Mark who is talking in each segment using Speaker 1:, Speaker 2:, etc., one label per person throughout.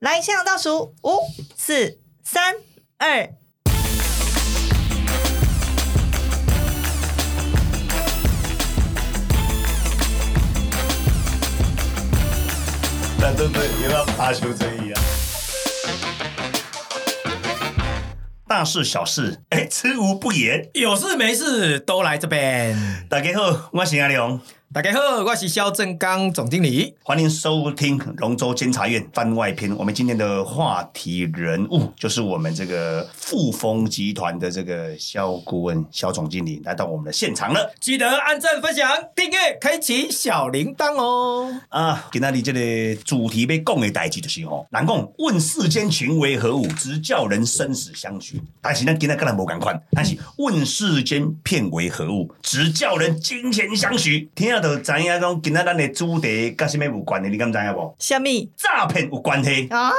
Speaker 1: 来，现场倒数五、四、三、二。
Speaker 2: 那真的你要爬球追一啊样。大事小事，哎、知无不言。
Speaker 3: 有事没事都来这边。
Speaker 2: 大家好，我是阿良，
Speaker 3: 大家好，我是肖正刚总经理。
Speaker 2: 欢迎收听《龙舟监察院番外篇》。我们今天的话题人物就是我们这个富丰集团的这个肖顾问、肖总经理来到我们的现场了。
Speaker 3: 记得按赞、分享、订阅、开启小铃铛哦。
Speaker 2: 啊，今仔日这个主题被讲的代志就是吼，人讲问世间情为何物，直教人生死相许。但是咱今仔跟咱无共款，但是问世间骗为何物，直教人金钱相许。听下就知影讲，今仔咱的主题甲什么有关的，你敢知影无？
Speaker 1: 虾米
Speaker 2: 诈骗有关系，
Speaker 1: 啊？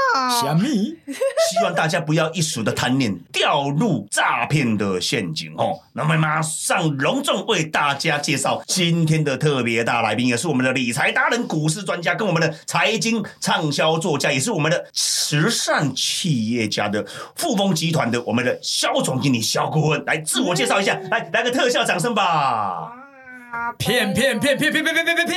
Speaker 3: 虾米？
Speaker 2: 希望大家不要一时的贪念掉入诈骗的陷阱哦。那么马上隆重为大家介绍今天的特别大来宾，也是我们的理财达人、股市专家，跟我们的财经畅销作家，也是我们的慈善企业家的富丰集团的我们的肖总经理肖顾问，来自我介绍一下，来来个特效掌声吧。
Speaker 3: 骗骗骗骗骗骗骗骗骗骗！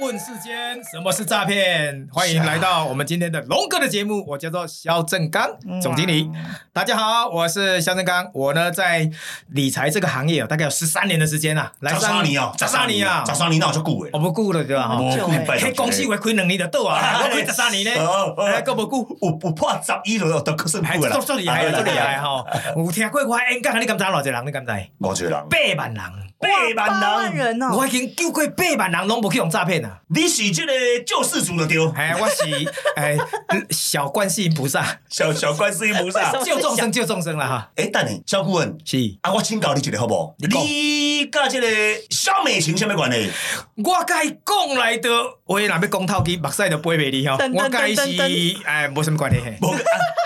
Speaker 3: 问世间什么是诈骗？欢迎来到我们今天的龙哥的节目，我叫做肖正刚总经理。大家好，我是肖正刚，我呢在理财这个行业有大概有十三年的时间了。来
Speaker 2: 扎
Speaker 3: 上
Speaker 2: 沙尼哦，
Speaker 3: 扎沙尼啊
Speaker 2: 扎，沙尼那我就顾
Speaker 3: 我
Speaker 2: 了。
Speaker 3: 不顾了对吧？哈
Speaker 2: 我顾拜托
Speaker 3: 迄公司我开两年就倒啊，我开十三年呢，
Speaker 2: 哦哦
Speaker 3: 哎，够不顾？
Speaker 2: 有有破十一就都算
Speaker 3: 哎，
Speaker 2: 久了啦，啊
Speaker 3: 足足厉害，足厉害吼！ 有听过我的演讲，你敢知偌济人？你敢知？
Speaker 2: 五十人，
Speaker 3: 八万人，
Speaker 2: 八
Speaker 1: 八万
Speaker 2: 万人。
Speaker 1: 人哦！
Speaker 3: 我已经救过八万人，拢无去用诈骗啊！
Speaker 2: 你是这个救世主的丢，
Speaker 3: 哎，我是哎小观世音菩萨，
Speaker 2: 小小观世音菩
Speaker 1: 为
Speaker 2: 萨
Speaker 1: 什。么
Speaker 3: 救众生，救众生了哈！
Speaker 2: 哎，等下，肖顾问，
Speaker 3: 是，
Speaker 2: 啊，我请教你一个好不好？
Speaker 3: 你讲
Speaker 2: 你甲这个肖美琴什么关系？
Speaker 3: 我甲伊讲来的，话若要讲透去，目屎都飞袂离吼。
Speaker 1: 噔噔
Speaker 3: 我甲伊
Speaker 1: 噔噔
Speaker 3: 是哎，无什么关系嘿。
Speaker 2: 无 啊，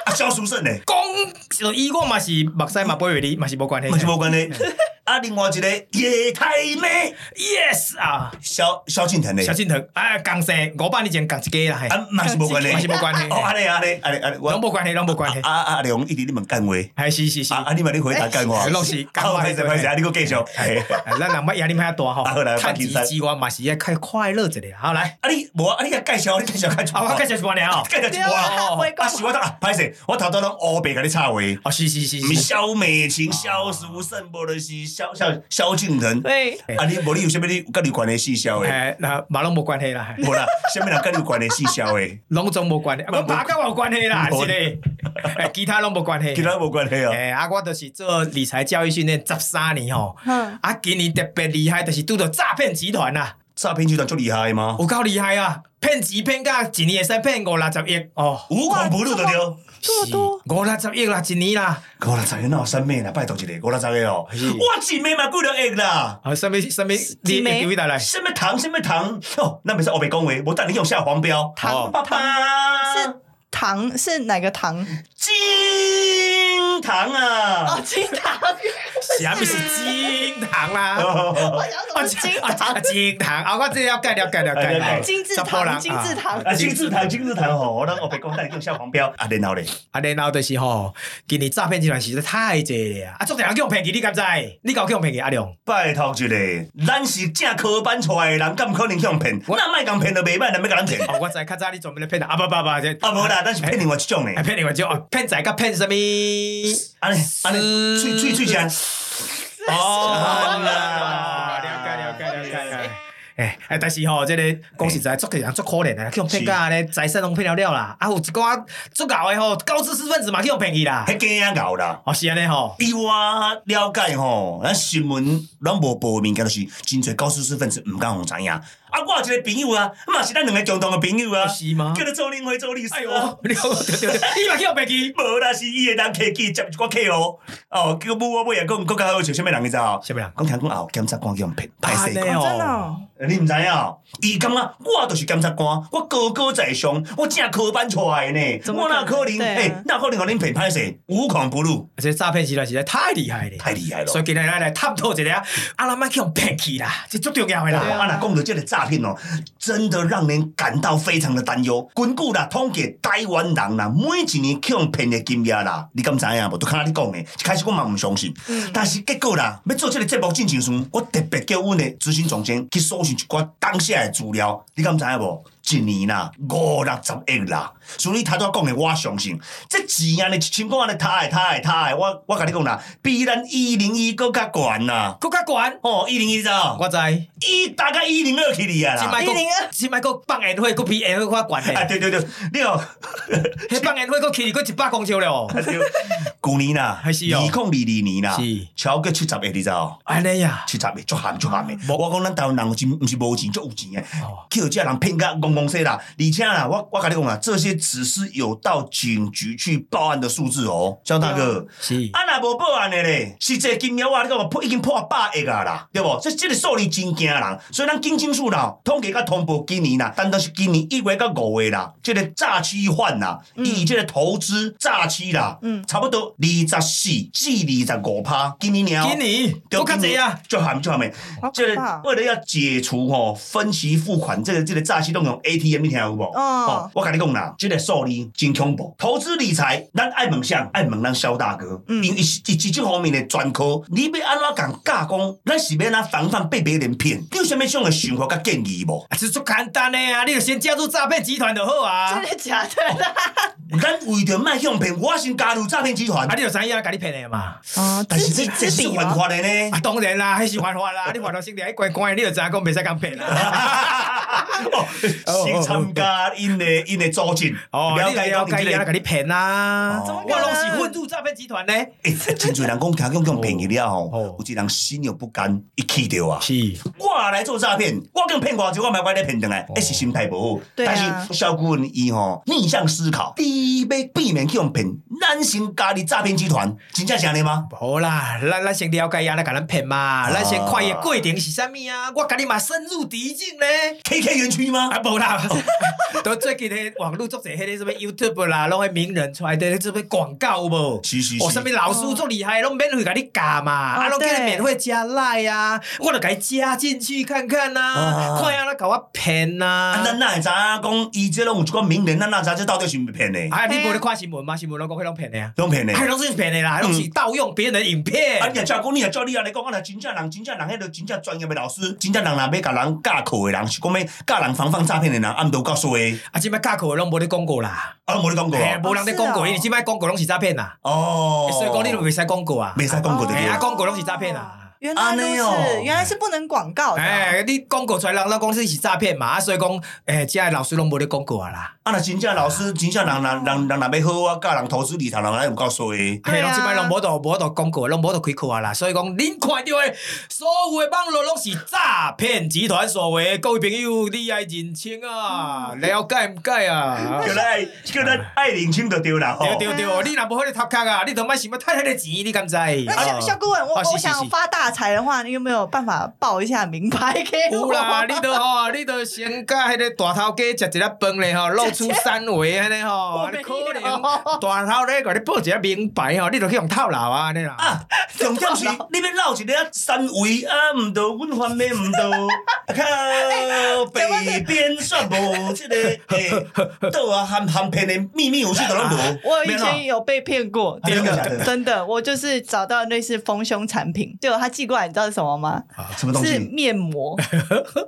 Speaker 2: 啊肖淑慎呢？
Speaker 3: 讲就伊我嘛是目屎嘛飞袂离，嘛是无关系。
Speaker 2: 嘛是无关 系。啊，另外一个叶太美，
Speaker 3: Yes 啊，
Speaker 2: 萧萧敬腾呢？
Speaker 3: 萧敬腾哎，共生五百年前共一家啦，嘿，
Speaker 2: 啊，嘛是无关系
Speaker 3: 嘛。是无关系。
Speaker 2: 哦，安尼安尼安尼安尼，我
Speaker 3: 拢无关系，拢无关系
Speaker 2: 啊。啊啊，梁一直你问干话，
Speaker 3: 哎，是是是，
Speaker 2: 啊啊，你嘛你回答干话
Speaker 3: 哎，拢是干
Speaker 2: 啊
Speaker 3: 话
Speaker 2: 歹势歹势，啊，你佫继续。嘿
Speaker 3: 哎咱人捌压力遐大吼
Speaker 2: 啊好来，
Speaker 3: 趁
Speaker 2: 放轻
Speaker 3: 钱之外嘛是要较快乐一下。好来，
Speaker 2: 啊，你无啊，你甲介绍，你介绍介
Speaker 3: 啊，
Speaker 2: 绍
Speaker 3: 我介绍一半了哦。
Speaker 2: 介绍
Speaker 1: 不
Speaker 2: 一
Speaker 1: 要
Speaker 2: 半啊。
Speaker 1: 他不会
Speaker 2: 啊，
Speaker 1: 讲
Speaker 2: 是我得啊，歹势，我头拄拢乌白甲你插话。
Speaker 3: 哦，是哦是是
Speaker 2: 毋是
Speaker 3: 是，
Speaker 2: 萧美琴、萧淑慎，无就是萧萧萧敬腾。
Speaker 1: 对，
Speaker 2: 啊，你无你有啥物你甲你有关的四萧诶？
Speaker 3: 哎，那嘛拢无关系啦，嘿
Speaker 2: 无啦，啥物人甲你有关的四萧诶？
Speaker 3: 拢总无关系，啊我打甲我有关系啦，
Speaker 2: 无
Speaker 3: 是嘞，哎，其他拢无关系
Speaker 2: 其。他无关系哦。
Speaker 3: 哎，啊，我就是做理财教育训练十三年吼，
Speaker 1: 嗯，
Speaker 3: 啊，今年特别厉害，就是拄到诈骗集团啦，
Speaker 2: 诈骗集团足厉害吗？
Speaker 3: 有够厉害啊！骗钱骗到一年会使骗五六十亿哦，
Speaker 2: 无孔不入的
Speaker 3: 啊
Speaker 2: 了。
Speaker 1: 这么多
Speaker 3: 是五六十亿啦，一年啦。
Speaker 2: 五六十个哪有三妹啦，拜托一个五六十个哦。
Speaker 3: 是
Speaker 2: 我一妹嘛几落亿啦。
Speaker 3: 啊，什么什么，你
Speaker 1: 一枚
Speaker 3: 你几位来？
Speaker 2: 哎什么糖？什么糖？哦，那不是我白讲话，无等你用下黄标。
Speaker 1: 糖
Speaker 2: 哦爸爸
Speaker 1: 是糖是哪个糖？
Speaker 2: 金糖啊
Speaker 1: 哦，！金 糖。
Speaker 3: 啥物是金堂啦？
Speaker 2: 哦
Speaker 1: 我想什么金
Speaker 3: 啊
Speaker 1: 糖
Speaker 3: 啊？金堂啊！我这了解了解了解
Speaker 2: 哎
Speaker 3: 了解。
Speaker 1: 金字
Speaker 3: 查甫人
Speaker 1: 糖，金字。哦
Speaker 3: 啊
Speaker 1: 糖。
Speaker 2: 啊，金字塔，金字塔吼，我当我白讲，等你用下黄标。啊，然后咧，
Speaker 3: 啊，然后就是吼，今年诈骗集团实在太济了啊！啊，昨天人叫我骗去，你敢知？你敢有去我骗去阿良？
Speaker 2: 拜托一个，咱是正科班出来的人，敢可能向骗？
Speaker 3: 我
Speaker 2: 那卖共骗就袂歹，咱要甲咱骗。
Speaker 3: 哦，我知，较早你准备咧骗人啊，不不不，这
Speaker 2: 啊，无啦，咱是骗另外一种诶
Speaker 3: 啊。骗另外一种哦骗财甲骗什么？
Speaker 2: 安尼安尼，
Speaker 3: 是
Speaker 2: 喙喙喙声。
Speaker 3: 哦，
Speaker 2: 啦
Speaker 3: 了解了解了解了解。哎哎，但是吼，这个讲实在，足个人足可怜啊，去用骗甲咧，财产拢骗了了啦。啊，有一寡足搞的吼，高知识分子嘛去用骗去啦。
Speaker 2: 迄惊啊牛啦！
Speaker 3: 哦，是安尼吼。
Speaker 2: 以我了解吼，咱新闻拢无报的物件，就是真侪高知识分子毋敢互知影。啊，我有一个朋友啊，嘛是咱两个共同的朋友啊，
Speaker 3: 是吗
Speaker 2: 叫做周林辉、周律师
Speaker 3: 哎呦，
Speaker 2: 啊。
Speaker 3: 对对对对，伊嘛去用骗去。
Speaker 2: 无啦，是伊会当客机接一寡客户，哦，叫母我尾也讲更较好笑，啥物人你知道？
Speaker 3: 什么人
Speaker 2: 讲听讲后检察官用骗，歹势讲
Speaker 3: 啊这。样
Speaker 1: 哦真的哦。
Speaker 2: 你毋知影哦，伊感觉我就是检察官，我高高在上，我正科班出来的呢，
Speaker 1: 怎么
Speaker 2: 我哪可
Speaker 1: 可能
Speaker 2: 能？嘿
Speaker 1: 对啊
Speaker 2: 哪可能互恁骗歹势？无孔不入，
Speaker 3: 这诈骗集团实在太厉害了，
Speaker 2: 太厉害了
Speaker 3: 所。以今天咱来探讨一下，啊，咱莫去用骗去啦，这最重要的
Speaker 2: 啊，
Speaker 3: 啦。
Speaker 2: 若讲到即个诈骗哦，真的让人感到非常的担忧。根据啦统计，台湾人啦每一年去用骗的金额啦，你敢知影无？都看你讲的，一开始我嘛唔相信，但是结果啦，要做这个节目进行时，我特别叫阮的执行总监去搜寻一寡当下的资料，你敢知影无？一年啦，五六十亿啦，所以你头拄讲的，我相信，这钱啊安尼一千块安尼，太太太，我我甲你讲啦，比咱一零一搁较悬啦，
Speaker 3: 国家管，
Speaker 2: 哦，一零一咋？
Speaker 3: 我知，
Speaker 2: 一大概一零二起哩啊
Speaker 3: 即摆
Speaker 2: 啦。
Speaker 3: 国
Speaker 1: 102，
Speaker 3: 即摆国放宴会，国比宴会较管
Speaker 2: 啊，
Speaker 3: 咧，
Speaker 2: 对对对，你 哦，
Speaker 3: 迄放宴会国去，国一百公尺了哦，
Speaker 2: 旧年啦，
Speaker 3: 还是哦
Speaker 2: 二零二二年啦
Speaker 3: 是，
Speaker 2: 超过七十个，你知道？哦
Speaker 3: 安尼呀，
Speaker 2: 七十个，足咸足咸的。我讲咱台湾人有钱，毋是无钱，足有钱的。去互遮人骗甲戆戆说啦，而且啦，我我甲你讲啊，这些只是有到警局去报案的数字哦，江大哥。
Speaker 3: 是，
Speaker 2: 啊，若无报案的咧，实际金额啊，你讲破已经破百亿啊啦，对无？这这个数字真惊人，所以咱警政署啦，统计甲通报今年啦，单单是今年一月到五月啦，这个诈欺犯啦，以这个投资诈欺啦，
Speaker 1: 嗯
Speaker 2: 差不多二十四至二十五趴，今年了。
Speaker 3: 今年
Speaker 2: 对
Speaker 3: 国较济啊，，
Speaker 2: 就喊就喊没
Speaker 1: 好，
Speaker 2: 就
Speaker 1: 可
Speaker 2: 是
Speaker 1: 怕
Speaker 2: 为了要解除吼分期付款这个这个诈欺动用 ATM 你听有无？哦，我跟你讲啦，这个数字真恐怖。投资理财，咱爱问啥？爱问咱肖大哥，
Speaker 1: 嗯
Speaker 2: 因为伊伊这方面的专科，你要安怎讲教讲？咱是要安怎防范被别人骗？你有啥物样的想法甲建议无？
Speaker 3: 啊，这足简单诶啊，你就先加入诈骗集团就好啊
Speaker 2: 哦
Speaker 1: 真，的假
Speaker 2: 啊
Speaker 1: 的？
Speaker 2: 咱为着卖向骗，我先加入诈骗集团
Speaker 3: 啊，。你就知影甲你骗诶嘛，
Speaker 1: 哦，
Speaker 2: 但
Speaker 1: 知
Speaker 2: 是
Speaker 1: 己
Speaker 2: 这
Speaker 1: 知
Speaker 2: 这是
Speaker 1: 彼
Speaker 2: 犯
Speaker 1: 吗？
Speaker 2: 法的呢
Speaker 3: 啊，？当然啦，迄是犯法啦，你犯到性地迄乖乖，你就知影讲袂使讲骗啦。
Speaker 2: 哦，先参加因的因的组织，
Speaker 3: 哦，你来了解伊，
Speaker 2: 这
Speaker 3: 来
Speaker 2: 个
Speaker 3: 甲你骗啦！
Speaker 2: 哦
Speaker 3: 我拢是混入诈骗集团呢。
Speaker 2: 欸，真侪人讲听讲讲骗去了
Speaker 3: 哦
Speaker 2: 吼，有一人心有不甘，伊气着啊！
Speaker 3: 是，
Speaker 2: 我来做诈骗，我跟骗偌济，我买我咧骗回
Speaker 3: 哦
Speaker 2: 来，迄是心态无好。
Speaker 1: 对啊
Speaker 2: 但是小顾问伊吼逆向思考，第一要避免去用骗，咱先加入诈骗集团，真正是安尼吗？
Speaker 3: 无啦，咱咱先了解伊安尼甲咱骗嘛，咱先看伊的过程是啥物啊？我甲你嘛深入敌境 呢。
Speaker 2: K K 园区吗？哦
Speaker 3: 啊，无啦，都最近的网络作者，迄个什么 YouTube 啦，拢迄名人出来的这边广告有无？
Speaker 2: 是是
Speaker 3: 哦，什么
Speaker 2: 是，
Speaker 3: 老师足厉害，拢免费甲你教嘛，啊，拢叫你
Speaker 1: 对
Speaker 3: 免费加赖啊，我就甲伊加进去看看呐，
Speaker 2: 啊
Speaker 3: 看下他甲我骗呐
Speaker 2: 啊。咱哪会知影讲伊这拢有一个名人，咱哪知影这到底是毋是骗的？
Speaker 3: 啊，你无咧看新闻吗？新闻拢讲迄拢骗的啊。
Speaker 2: 拢骗的。
Speaker 3: 还拢是骗的啦，拢是盗用别人的影片
Speaker 2: 嗯啊！。你若照讲，你若照你安尼讲，啊，若真正人、真正人，迄个真正专业的老师，真正人若要甲人教课的人，是讲要教人防范诈骗的人，暗度告诉的。
Speaker 3: 啊，即摆教课的拢无咧广告啦，
Speaker 2: 啊，无你讲过
Speaker 3: 嘿，
Speaker 2: 啊
Speaker 3: 无人咧广
Speaker 1: 是
Speaker 3: 告，
Speaker 1: 哦
Speaker 3: 因为即摆广告拢是诈骗啦，
Speaker 2: 哦，
Speaker 3: 所以讲你都袂使广告啊。
Speaker 2: 未使广告就
Speaker 3: 哎
Speaker 2: 对
Speaker 3: 啊，
Speaker 2: 了。
Speaker 3: 广告拢是诈骗啊。
Speaker 1: 哦原来如
Speaker 2: 安尼哦
Speaker 1: 此，原来是不能广告的啊。
Speaker 3: 哎，你广告出来，人咱公司是诈骗嘛，啊，所以讲，哎，即个老师拢无咧广告啊啦，
Speaker 2: 啊，若真正老师，真正人人人人若要好啊，教人投资理财，人人有够衰的。
Speaker 1: 对啊
Speaker 3: 嘿，拢即摆拢无度无度广告，拢无度开课啊啦，所以讲，恁看到的所有的网络拢是诈骗集团所为，各位朋友，你爱认清啊，
Speaker 1: 嗯
Speaker 3: 了解唔解啊？
Speaker 2: 叫咱爱叫咱爱认清就对啦吼。
Speaker 3: 对对对，你若无迄个头壳啊，你都莫想要趁迄个钱，你敢知？
Speaker 1: 那
Speaker 2: 啊
Speaker 1: 小啊小顾问，我
Speaker 3: 哦是
Speaker 1: 我
Speaker 3: 是
Speaker 1: 想
Speaker 3: 是
Speaker 1: 发大财的话，你有没有办法报一下名牌给
Speaker 3: 有
Speaker 1: 我？
Speaker 3: 啦，你都吼，你都先甲迄个大头家食一粒饭咧 吼，露出三围安尼吼，
Speaker 1: 我
Speaker 3: 安
Speaker 1: 没
Speaker 3: 尼
Speaker 1: 有
Speaker 3: 可能大头咧甲你报一个名牌吼，你都去用套牢啊安尼啦。
Speaker 2: 啊，重点是你要闹一个三围啊，毋到阮反面毋到， 靠北边煞无即个 诶，倒啊含含骗的秘密武器都拢无。
Speaker 1: 我以前有被骗过，
Speaker 2: 没有
Speaker 1: 真
Speaker 2: 啦
Speaker 1: 的真的，我就是找到类似丰胸产品，结果他寄过来，你知道是什么吗？
Speaker 2: 啊什么东
Speaker 1: 是
Speaker 2: 西？
Speaker 1: 面膜，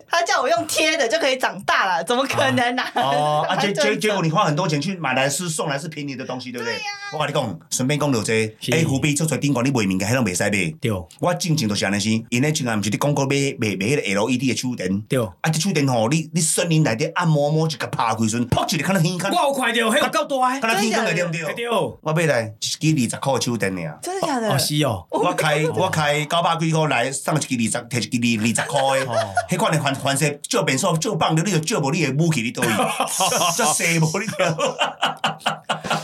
Speaker 1: 他叫我用贴的就可以长大了，怎么可能呢、
Speaker 2: 哦， 啊，结
Speaker 1: 还
Speaker 2: 结
Speaker 1: 真
Speaker 2: 结果你花很多钱去买来是送来是便宜的东西，对不对？我跟你讲，顺便讲到这个，
Speaker 3: 是
Speaker 2: 哎，虎皮做出顶管你卖物件，迄拢袂使买。
Speaker 3: 对
Speaker 2: 我进前就是安尼先，因咧前下毋是咧广告买买买迄个 LED 的手电，
Speaker 3: 对，
Speaker 2: 啊，这手电吼，你你森林内底按摩摸一个拍开时，扑一个看到天看
Speaker 3: 我，有看着迄有够大诶。
Speaker 2: 看到天空的对不
Speaker 3: 对
Speaker 2: 对？
Speaker 3: 对，哦
Speaker 2: 我买来一支二十块的手电尔，
Speaker 1: 真的假的？
Speaker 3: 是哦，
Speaker 2: 我开我开九百几块来送一支二十，摕一支二十块的
Speaker 3: 哦，
Speaker 2: 迄款的反反正借便所借放着，你就借无你的武器你倒去，这射无你条。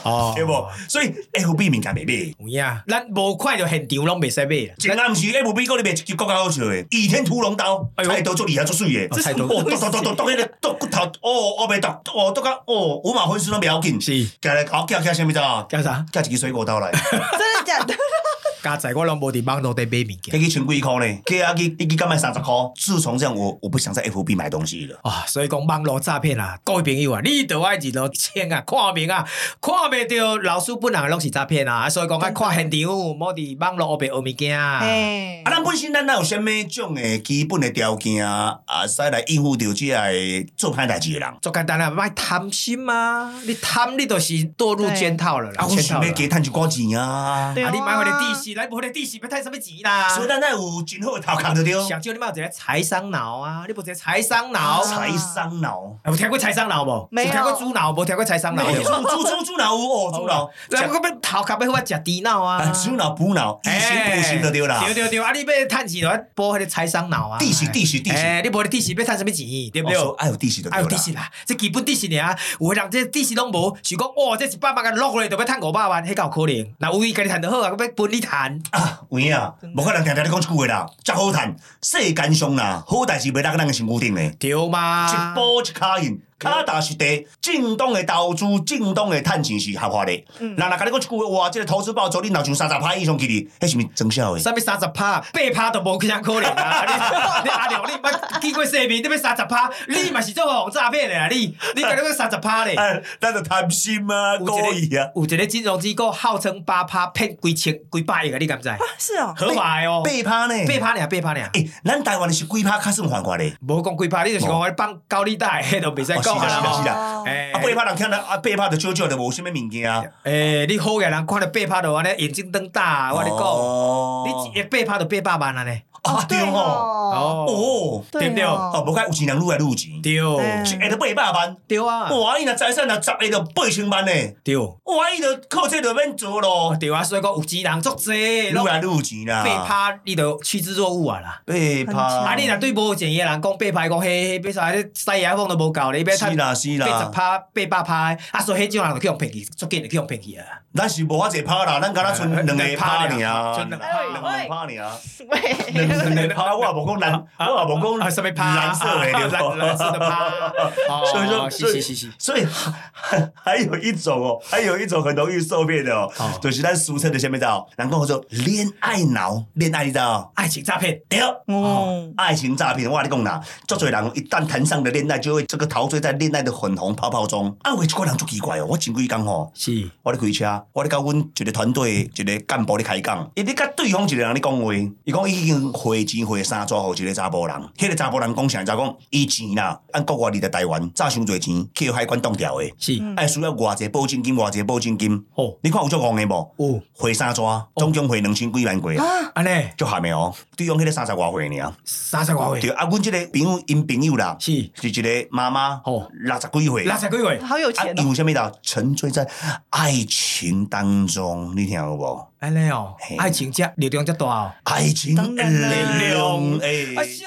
Speaker 3: 哦
Speaker 2: 对无？所以 F B 物件袂买。
Speaker 3: 有影，咱无看着现场拢袂使买啦。
Speaker 2: 前暗时 F B 嗰你卖一支更加好笑诶，倚天屠龙刀，
Speaker 3: 哎呦
Speaker 2: 菜刀足厉害足水诶，
Speaker 3: 哦菜刀
Speaker 2: 哦，剁剁剁剁剁迄个剁骨头，哦，我袂剁，哦，剁到哦，五马分尸都袂要紧。
Speaker 3: 是
Speaker 2: 今日搞叫叫啥物仔？
Speaker 3: 叫啥？
Speaker 2: 叫一支水果刀来，
Speaker 1: 真的假的？
Speaker 3: 加在我拢无伫网络底买物件
Speaker 2: 可以千几块呢，可以啊，一一干卖三十块。自从这样，我我不想在 FB 买东西了。
Speaker 3: 啊，所以讲网络诈骗啊，各位朋友啊，你都爱一路清啊，看明啊，看袂到老师本人拢是诈骗啊，啊所以讲爱看现场，莫伫网络黑白学物件啊。
Speaker 1: 哎
Speaker 2: 啊，，咱本身咱哪有啥物种诶基本诶条件啊，啊，使来应付着即个做歹代志诶人。啊
Speaker 3: 足简单啦，莫贪心啊！你贪，你就是堕入圈套了啦，
Speaker 2: 啊，我
Speaker 3: 圈
Speaker 2: 想
Speaker 3: 套
Speaker 2: 要
Speaker 3: 了。
Speaker 2: 加趁一寡钱啊，
Speaker 1: 对
Speaker 3: 啊，
Speaker 1: 啊
Speaker 3: 你买我的地势，来无我的地势，要趁什么钱啦？
Speaker 2: 所以咱哪有真好诶头壳着啊对。啊
Speaker 3: 上少你嘛有一个财商脑啊，你无一个财商脑。
Speaker 1: 啊
Speaker 2: 财商脑，
Speaker 3: 有听过财商脑无？
Speaker 1: 没有
Speaker 3: 听过猪脑无？听过财商脑
Speaker 2: 猪
Speaker 3: 无？
Speaker 2: 猪猪猪脑有 哦，猪脑，
Speaker 3: 然后要头壳要我食猪脑
Speaker 2: 啊，
Speaker 3: 啊。
Speaker 2: 猪脑补脑，以形补形就对啦。
Speaker 3: 哎对对对，啊，你要趁钱，就要播迄个财商脑啊。
Speaker 2: 地势地势地势
Speaker 3: 哎，你无你地势要趁什么钱？对不对？
Speaker 2: 哦爱有地势就
Speaker 3: 啊，
Speaker 2: 对
Speaker 3: 有
Speaker 2: 啦
Speaker 3: 底。线啦，这基本底线尔啊。有的人这底线拢无，想讲哇，这一百万甲落落来，就要趁五百万，迄够可能。若有伊家己趁就好啊，佮要分你趁。
Speaker 2: 啊，有影啊，无可能定定咧讲即句话啦，真好趁。世间上啦，好代志袂落咱个身躯顶诶。
Speaker 3: 对嘛？
Speaker 2: 一步一卡印，卡踏实地，正当的投资，正当的趁钱是合法的。
Speaker 3: 嗯
Speaker 2: 人若甲你讲一句话，哇，即个投资报酬你若像三十趴以上去哩，迄是毋是装痟的？
Speaker 3: 啥物三十趴、八趴都无啥可能啊！你你阿良，你毋捌见过世面，你要三十趴，你嘛是做防诈骗的啊！你你甲你讲三十趴咧，
Speaker 2: 啊，咱就贪心啊，
Speaker 3: 哎有
Speaker 2: 故
Speaker 3: 一
Speaker 2: 意
Speaker 3: 个
Speaker 2: 啊。
Speaker 3: 有一个金融机构号称八趴骗几千几百亿啊，你敢知？
Speaker 1: 是哦，
Speaker 3: 合法的哦，
Speaker 2: 八趴呢？
Speaker 3: 八趴尔，八趴尔。
Speaker 2: 诶，咱台湾的是几趴较算犯法的？
Speaker 3: 无讲几趴，你就是讲我放高利贷，迄都袂使讲
Speaker 2: 哦是啦是啦是啦
Speaker 1: 哦
Speaker 3: 哎
Speaker 2: 啊，八趴人听到啊，八趴就少少就无啥物物件啊。
Speaker 3: 诶、你好嘅人看到八拍就安尼眼睛瞪大，啊我跟你讲，
Speaker 2: 哦
Speaker 3: 你一个八拍就八百万啊呢，
Speaker 2: 啊，对哦，
Speaker 1: 哦，
Speaker 2: 哦，
Speaker 3: 对不对
Speaker 2: 哦，无怪有钱人愈来愈有钱，
Speaker 3: 对
Speaker 1: 嗯
Speaker 2: 一下就八百万，
Speaker 3: 对啊，
Speaker 2: 哇，伊若财产若十下就八千万呢，
Speaker 3: 对
Speaker 2: 哇，哦啊伊就靠这就免做咯。
Speaker 3: 对啊，所以讲有钱人足济，
Speaker 2: 愈来愈有钱啦，
Speaker 3: 八拍你就趋之若鹜啊啦。
Speaker 2: 被趴，
Speaker 1: 很
Speaker 3: 啊！
Speaker 1: 强
Speaker 3: 你若对无钱的人讲八拍，讲嘿，迄啥，你西牙风都无够，你要趁
Speaker 2: 是
Speaker 3: 八
Speaker 2: 啦是
Speaker 3: 十
Speaker 2: 啦，
Speaker 3: 拍、八百拍，啊！所以迄种人就去用骗去，足紧就去用骗去啊！
Speaker 2: 咱是无法一趴啦，咱敢若剩
Speaker 3: 呃
Speaker 2: 两个趴尔，
Speaker 3: 剩两
Speaker 2: 两
Speaker 3: 个
Speaker 1: 趴
Speaker 2: 个 趴尔，
Speaker 1: 喂，
Speaker 2: 两两个趴，我也无讲蓝，我也无
Speaker 3: 啊，
Speaker 2: 讲
Speaker 3: 什么拍？
Speaker 2: 蓝色的对
Speaker 3: 蓝蓝色的
Speaker 2: 吧？
Speaker 3: 拍。 哦
Speaker 2: 所以说
Speaker 3: 是是是是。
Speaker 2: 所以还还有一种哦，还有一种很容易受骗的哦
Speaker 3: 哦，
Speaker 2: 就是咱俗称的下面叫，人跟我说恋爱脑，恋爱你知道？
Speaker 3: 爱情诈骗，
Speaker 2: 对。
Speaker 1: 哦，
Speaker 2: 爱情诈骗，我跟你讲啦，足侪人一旦谈上了恋爱，就会这个陶醉在恋爱的粉红泡泡中。啊，有的一个人足奇怪哦，我前几工吼，
Speaker 3: 是
Speaker 2: 我咧开车，我咧甲阮一个团队一个干部咧开讲，伊咧甲对方一个人咧讲话，伊讲已经汇钱汇三桌互一个查甫人，迄、个查甫人讲啥？查讲伊钱啦，按国外伫在台湾诈伤侪钱，去海关冻掉的，
Speaker 3: 是，
Speaker 2: 爱需要偌济保证金，偌济保证金，
Speaker 3: 哦
Speaker 2: 你看有足戆的无？
Speaker 3: 哦，
Speaker 2: 汇三桌，总共汇两千几万过。
Speaker 1: 啊，
Speaker 3: 安尼
Speaker 2: 足喊的哦，对方迄个三十外岁尔，
Speaker 3: 三十外
Speaker 2: 对
Speaker 3: 岁，
Speaker 2: 啊，阮即个朋友因朋友啦，
Speaker 3: 哦是
Speaker 2: 是一个妈妈，
Speaker 3: 哦
Speaker 2: 六十几岁，
Speaker 3: 六十几岁，
Speaker 1: 好有
Speaker 2: 啊
Speaker 1: 钱，
Speaker 2: 因
Speaker 1: 哦，
Speaker 2: 为什么啦？沉醉在爱情当中，你听有无？
Speaker 3: 安尼哦
Speaker 2: 嘿，
Speaker 3: 爱情这力量这大哦。
Speaker 2: 爱情的
Speaker 1: 当然啦
Speaker 2: 力量，哎、
Speaker 3: 子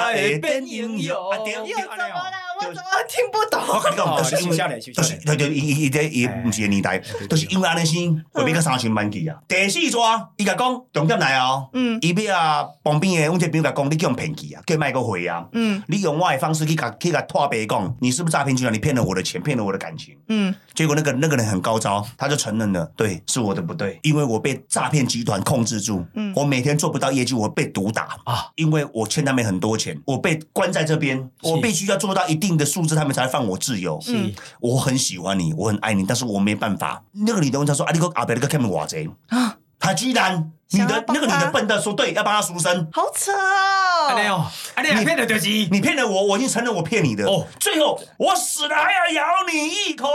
Speaker 2: 啊对
Speaker 1: 又怎么了？我怎么听不懂？
Speaker 2: 我跟你讲，
Speaker 3: 哦
Speaker 2: 就是因
Speaker 3: 你笑咧
Speaker 2: 为，
Speaker 3: 笑咧
Speaker 2: 就是对对，伊伊这伊毋是个年代，就是因为安尼先，会变到三千万起啊。第四抓，伊甲讲重点来哦，
Speaker 1: 嗯
Speaker 2: 伊要啊旁边的阮这朋友甲讲，你叫人骗去啊，叫卖个回啊。
Speaker 1: 嗯
Speaker 2: 你用我的方式去甲去甲拓白讲，你是不是诈骗集团？你骗了我的钱，骗了我的感情。
Speaker 1: 嗯，
Speaker 2: 结果那个那个人很高招，他就承认了，对，是我的不对，因为我被诈骗集团控制住，
Speaker 1: 嗯
Speaker 2: 我每天做不到业绩，我被毒打
Speaker 3: 啊，
Speaker 2: 因为我欠他们很多钱，我被关在这边，
Speaker 3: 是
Speaker 2: 我必须要做到一定的数字，他们才放我自由。
Speaker 1: 嗯
Speaker 3: 是
Speaker 2: 我很喜欢你，我很爱你，但是我没办法。那个女的问他说：“啊，你个阿伯那个 Kim 瓦贼
Speaker 1: 啊
Speaker 2: 他居然你
Speaker 1: 想要
Speaker 2: 的
Speaker 1: 帮
Speaker 2: 那个女的
Speaker 1: 他
Speaker 2: 笨蛋说对，要帮他赎身。”
Speaker 1: 好扯哦，
Speaker 3: 安尼哦，安尼骗着就是，
Speaker 2: 你骗了我，我已经承认我骗你的。
Speaker 3: 哦
Speaker 2: 哦，最后我死了还要咬你一口。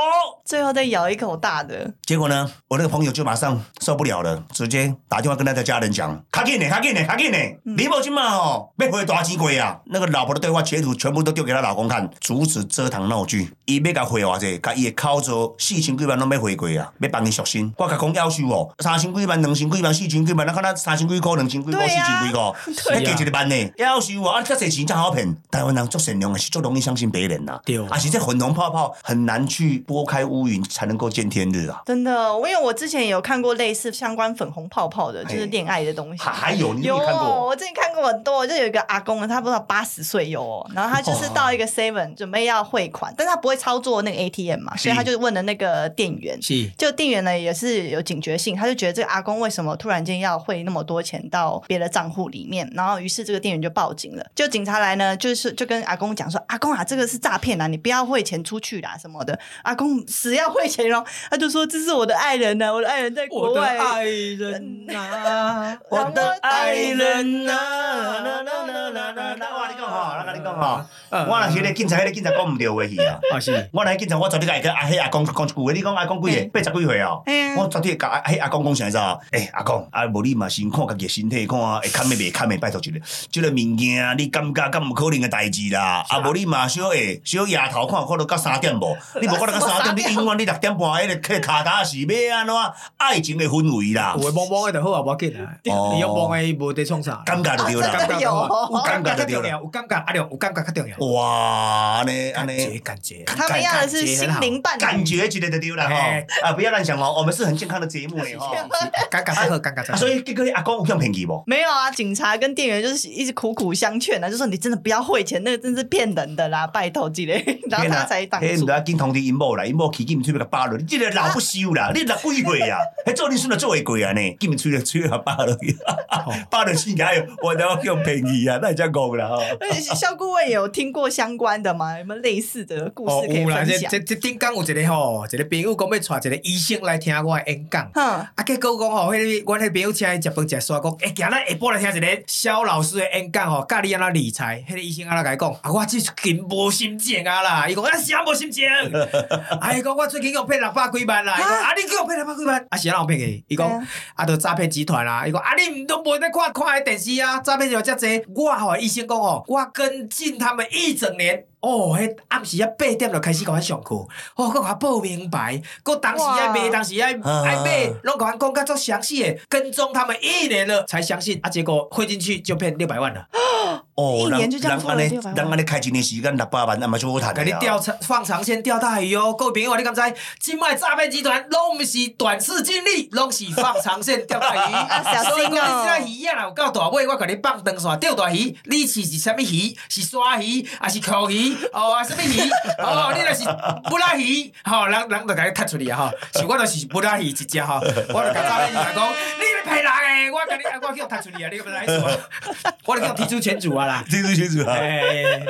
Speaker 1: 最后再咬一口大的，
Speaker 2: 结果呢，我那个朋友就马上受不了了，直接打电话跟他的家人讲：“卡紧呢，卡紧呢，卡紧呢！
Speaker 1: 嗯
Speaker 2: 你某今嘛吼，哦要回大钱鬼啊！”那个老婆的对话截图全部都丢给她老公看，阻止遮堂闹剧。伊要甲回偌济，甲伊的口座四千几万拢要回过啊，要帮伊赎身。我甲讲要求哦，三千几万、两千几万、四千几万、那看他三千几块、两千几块、
Speaker 1: 对
Speaker 2: 四
Speaker 1: 啊
Speaker 2: 千几块，
Speaker 1: 对
Speaker 2: 那加一个万呢？要是我啊，这些钱才好骗。台湾人做善良的是做容易相信别人呐、啊，
Speaker 3: 对哦
Speaker 2: 而且这混同泡泡很难去拨开乌云才能够见天日啊。
Speaker 1: 真的，因为我之前有看过类似相关粉红泡泡的，
Speaker 2: 嘿
Speaker 1: 就是恋爱的东西。
Speaker 2: 还还有你有
Speaker 1: 有啊
Speaker 2: 没有看过？
Speaker 1: 我之前看过很多，就有一个阿公，他不知道八十岁有哦，然后他就是到一个 Seven 准备要汇款，但他不会操作那个 ATM 嘛，所以他就问了那个店员，
Speaker 3: 是
Speaker 1: 就店员呢也是有警觉性，他就觉得这个阿公为什么突然间要汇那么多钱到别的账户里面，然后于是这个店员就报警了。就警察来呢，就是就跟阿公讲说：“阿公啊，这个是诈骗啊，你不要汇钱出去啦什么的。”阿公死要汇钱哦，他就说：“这是我的爱人呢、我的爱人在国
Speaker 3: 我的
Speaker 1: 外。”
Speaker 3: 爱人 啊，
Speaker 1: 我的
Speaker 2: 爱
Speaker 1: 爱
Speaker 2: 人
Speaker 3: 人
Speaker 2: 呐、
Speaker 3: 啊
Speaker 2: 啦啦啦啦啦啦！我跟你讲吼，我跟你讲吼，
Speaker 3: 嗯
Speaker 2: 我若是迄个警察，迄、个警察讲唔对话去啊！
Speaker 3: 啊是，
Speaker 2: 我若是警察，我绝对甲阿迄阿公讲一句话。你讲阿公几岁？八十几岁哦。
Speaker 1: 哎呀
Speaker 2: 我昨天甲阿阿公讲啥子啊？诶、阿公，啊无你嘛先看家己的身体，看会堪的袂堪的，拜托一个，即、个物件你感觉敢有可能的代志啦？啊无你嘛小下小夜头看，看到到三点无？你无看到到三点，你永远你六点半迄个迄个卡达是要安怎？爱情的氛围啦
Speaker 3: 有，诶摸摸诶就好啊，无要紧啊。
Speaker 2: 哦
Speaker 3: 你要摸诶，无得创啥。
Speaker 2: 感觉就对啦。
Speaker 1: 真的有哦
Speaker 3: 有感觉
Speaker 2: 有感觉
Speaker 3: 较
Speaker 2: 就对
Speaker 3: 重
Speaker 2: 了
Speaker 3: 要，有感觉啊，对，有感觉较重要。
Speaker 2: 哇，安尼
Speaker 3: 感
Speaker 2: 安
Speaker 3: 觉
Speaker 2: 尼。
Speaker 3: 感觉，
Speaker 1: 他们要的是心灵伴侣，
Speaker 2: 感觉觉得就丢了哈
Speaker 3: 哎，
Speaker 2: 啊不要乱想哦，我们是很健康的节目 嘞哈。
Speaker 3: 感觉较好，感觉较
Speaker 2: 啊
Speaker 3: 好。
Speaker 2: 所以这个阿公有向骗去无？
Speaker 1: 没有啊，警察跟店员就是一直苦苦相劝啊，就说你真的不要汇钱， 那个真是骗人的啦，拜托之类， 然后他才挡
Speaker 2: 啊嘿
Speaker 1: 住
Speaker 3: 啊
Speaker 2: 唔。要紧，通知因某啦，因某起金嘴甲巴落，你这个老不休啦，你六几岁 啊？迄做你孙就做会过啊呢？金嘴就嘴甲巴落去，
Speaker 1: 哦
Speaker 2: 巴落死家哟！我了向骗去啊，那真戆啦吼。
Speaker 1: 而且哎肖顾问有听过相关的吗？有没有类似的故
Speaker 3: 哦
Speaker 1: 事可以
Speaker 3: 有啦，
Speaker 1: 分
Speaker 3: 这
Speaker 1: 享？
Speaker 3: 这这顶工有一个吼，一个朋友讲要带一个医生来听我的演讲。
Speaker 1: 哼，
Speaker 3: 啊，结果讲吼，迄个阮迄朋友请伊食饭食煞，讲，诶，今日下晡来听一个肖老师的演讲吼，教你安怎理财。迄个医生安怎甲伊讲，啊，我最近无心情啊啦，伊讲啊，啥无心情？ 啊，伊讲我最近有骗六百几万啦，伊讲啊，你叫我骗六百几万，啊，是安怎骗去？伊
Speaker 1: 对
Speaker 3: 讲
Speaker 1: 啊
Speaker 3: 啊，都诈骗集团啦，伊讲啊，你毋都无咧看看迄电视啊，诈骗就遮济。我吼医生讲吼，我跟进他们一整年。哦，迄暗时啊八点就开始甲阮上课，哦，佮我报名牌，佮当时啊
Speaker 1: 哇
Speaker 3: 卖，当时啊爱卖，拢甲阮讲较足详细的，跟踪他们一年了才相信，啊，结果汇进去就骗六百万了，
Speaker 2: 哦，
Speaker 1: 一
Speaker 2: 人
Speaker 1: 年就这样
Speaker 2: 人
Speaker 1: 付了
Speaker 2: 安尼
Speaker 1: 600万
Speaker 2: 人安尼开一年时间六百万，那么就好赚
Speaker 3: 甲你
Speaker 2: 的
Speaker 3: 钓
Speaker 2: 啊。
Speaker 3: 长放长线钓大鱼哦，各位朋友，你敢知？即卖诈骗集团拢毋是短视近利，拢是放长线钓大 鱼，
Speaker 1: 啊小
Speaker 3: 所以
Speaker 1: 心哦
Speaker 3: 讲你即个鱼啊，有够大尾，我甲你放长线钓大鱼，你饲是啥物鱼？是鲨鱼，还是烤鱼？哦，啊，啥物鱼？ 哦，你若是布拉鱼，吼、人人就甲你踢出去啊，吼、是我就是布拉鱼一只吼，我就甲诈骗集团讲，你咧骗人诶，我甲你，我叫踢出去啊，你敢要来做啊？ 我就叫踢出群主啊啦。
Speaker 2: 清楚清楚啊，
Speaker 3: 哎，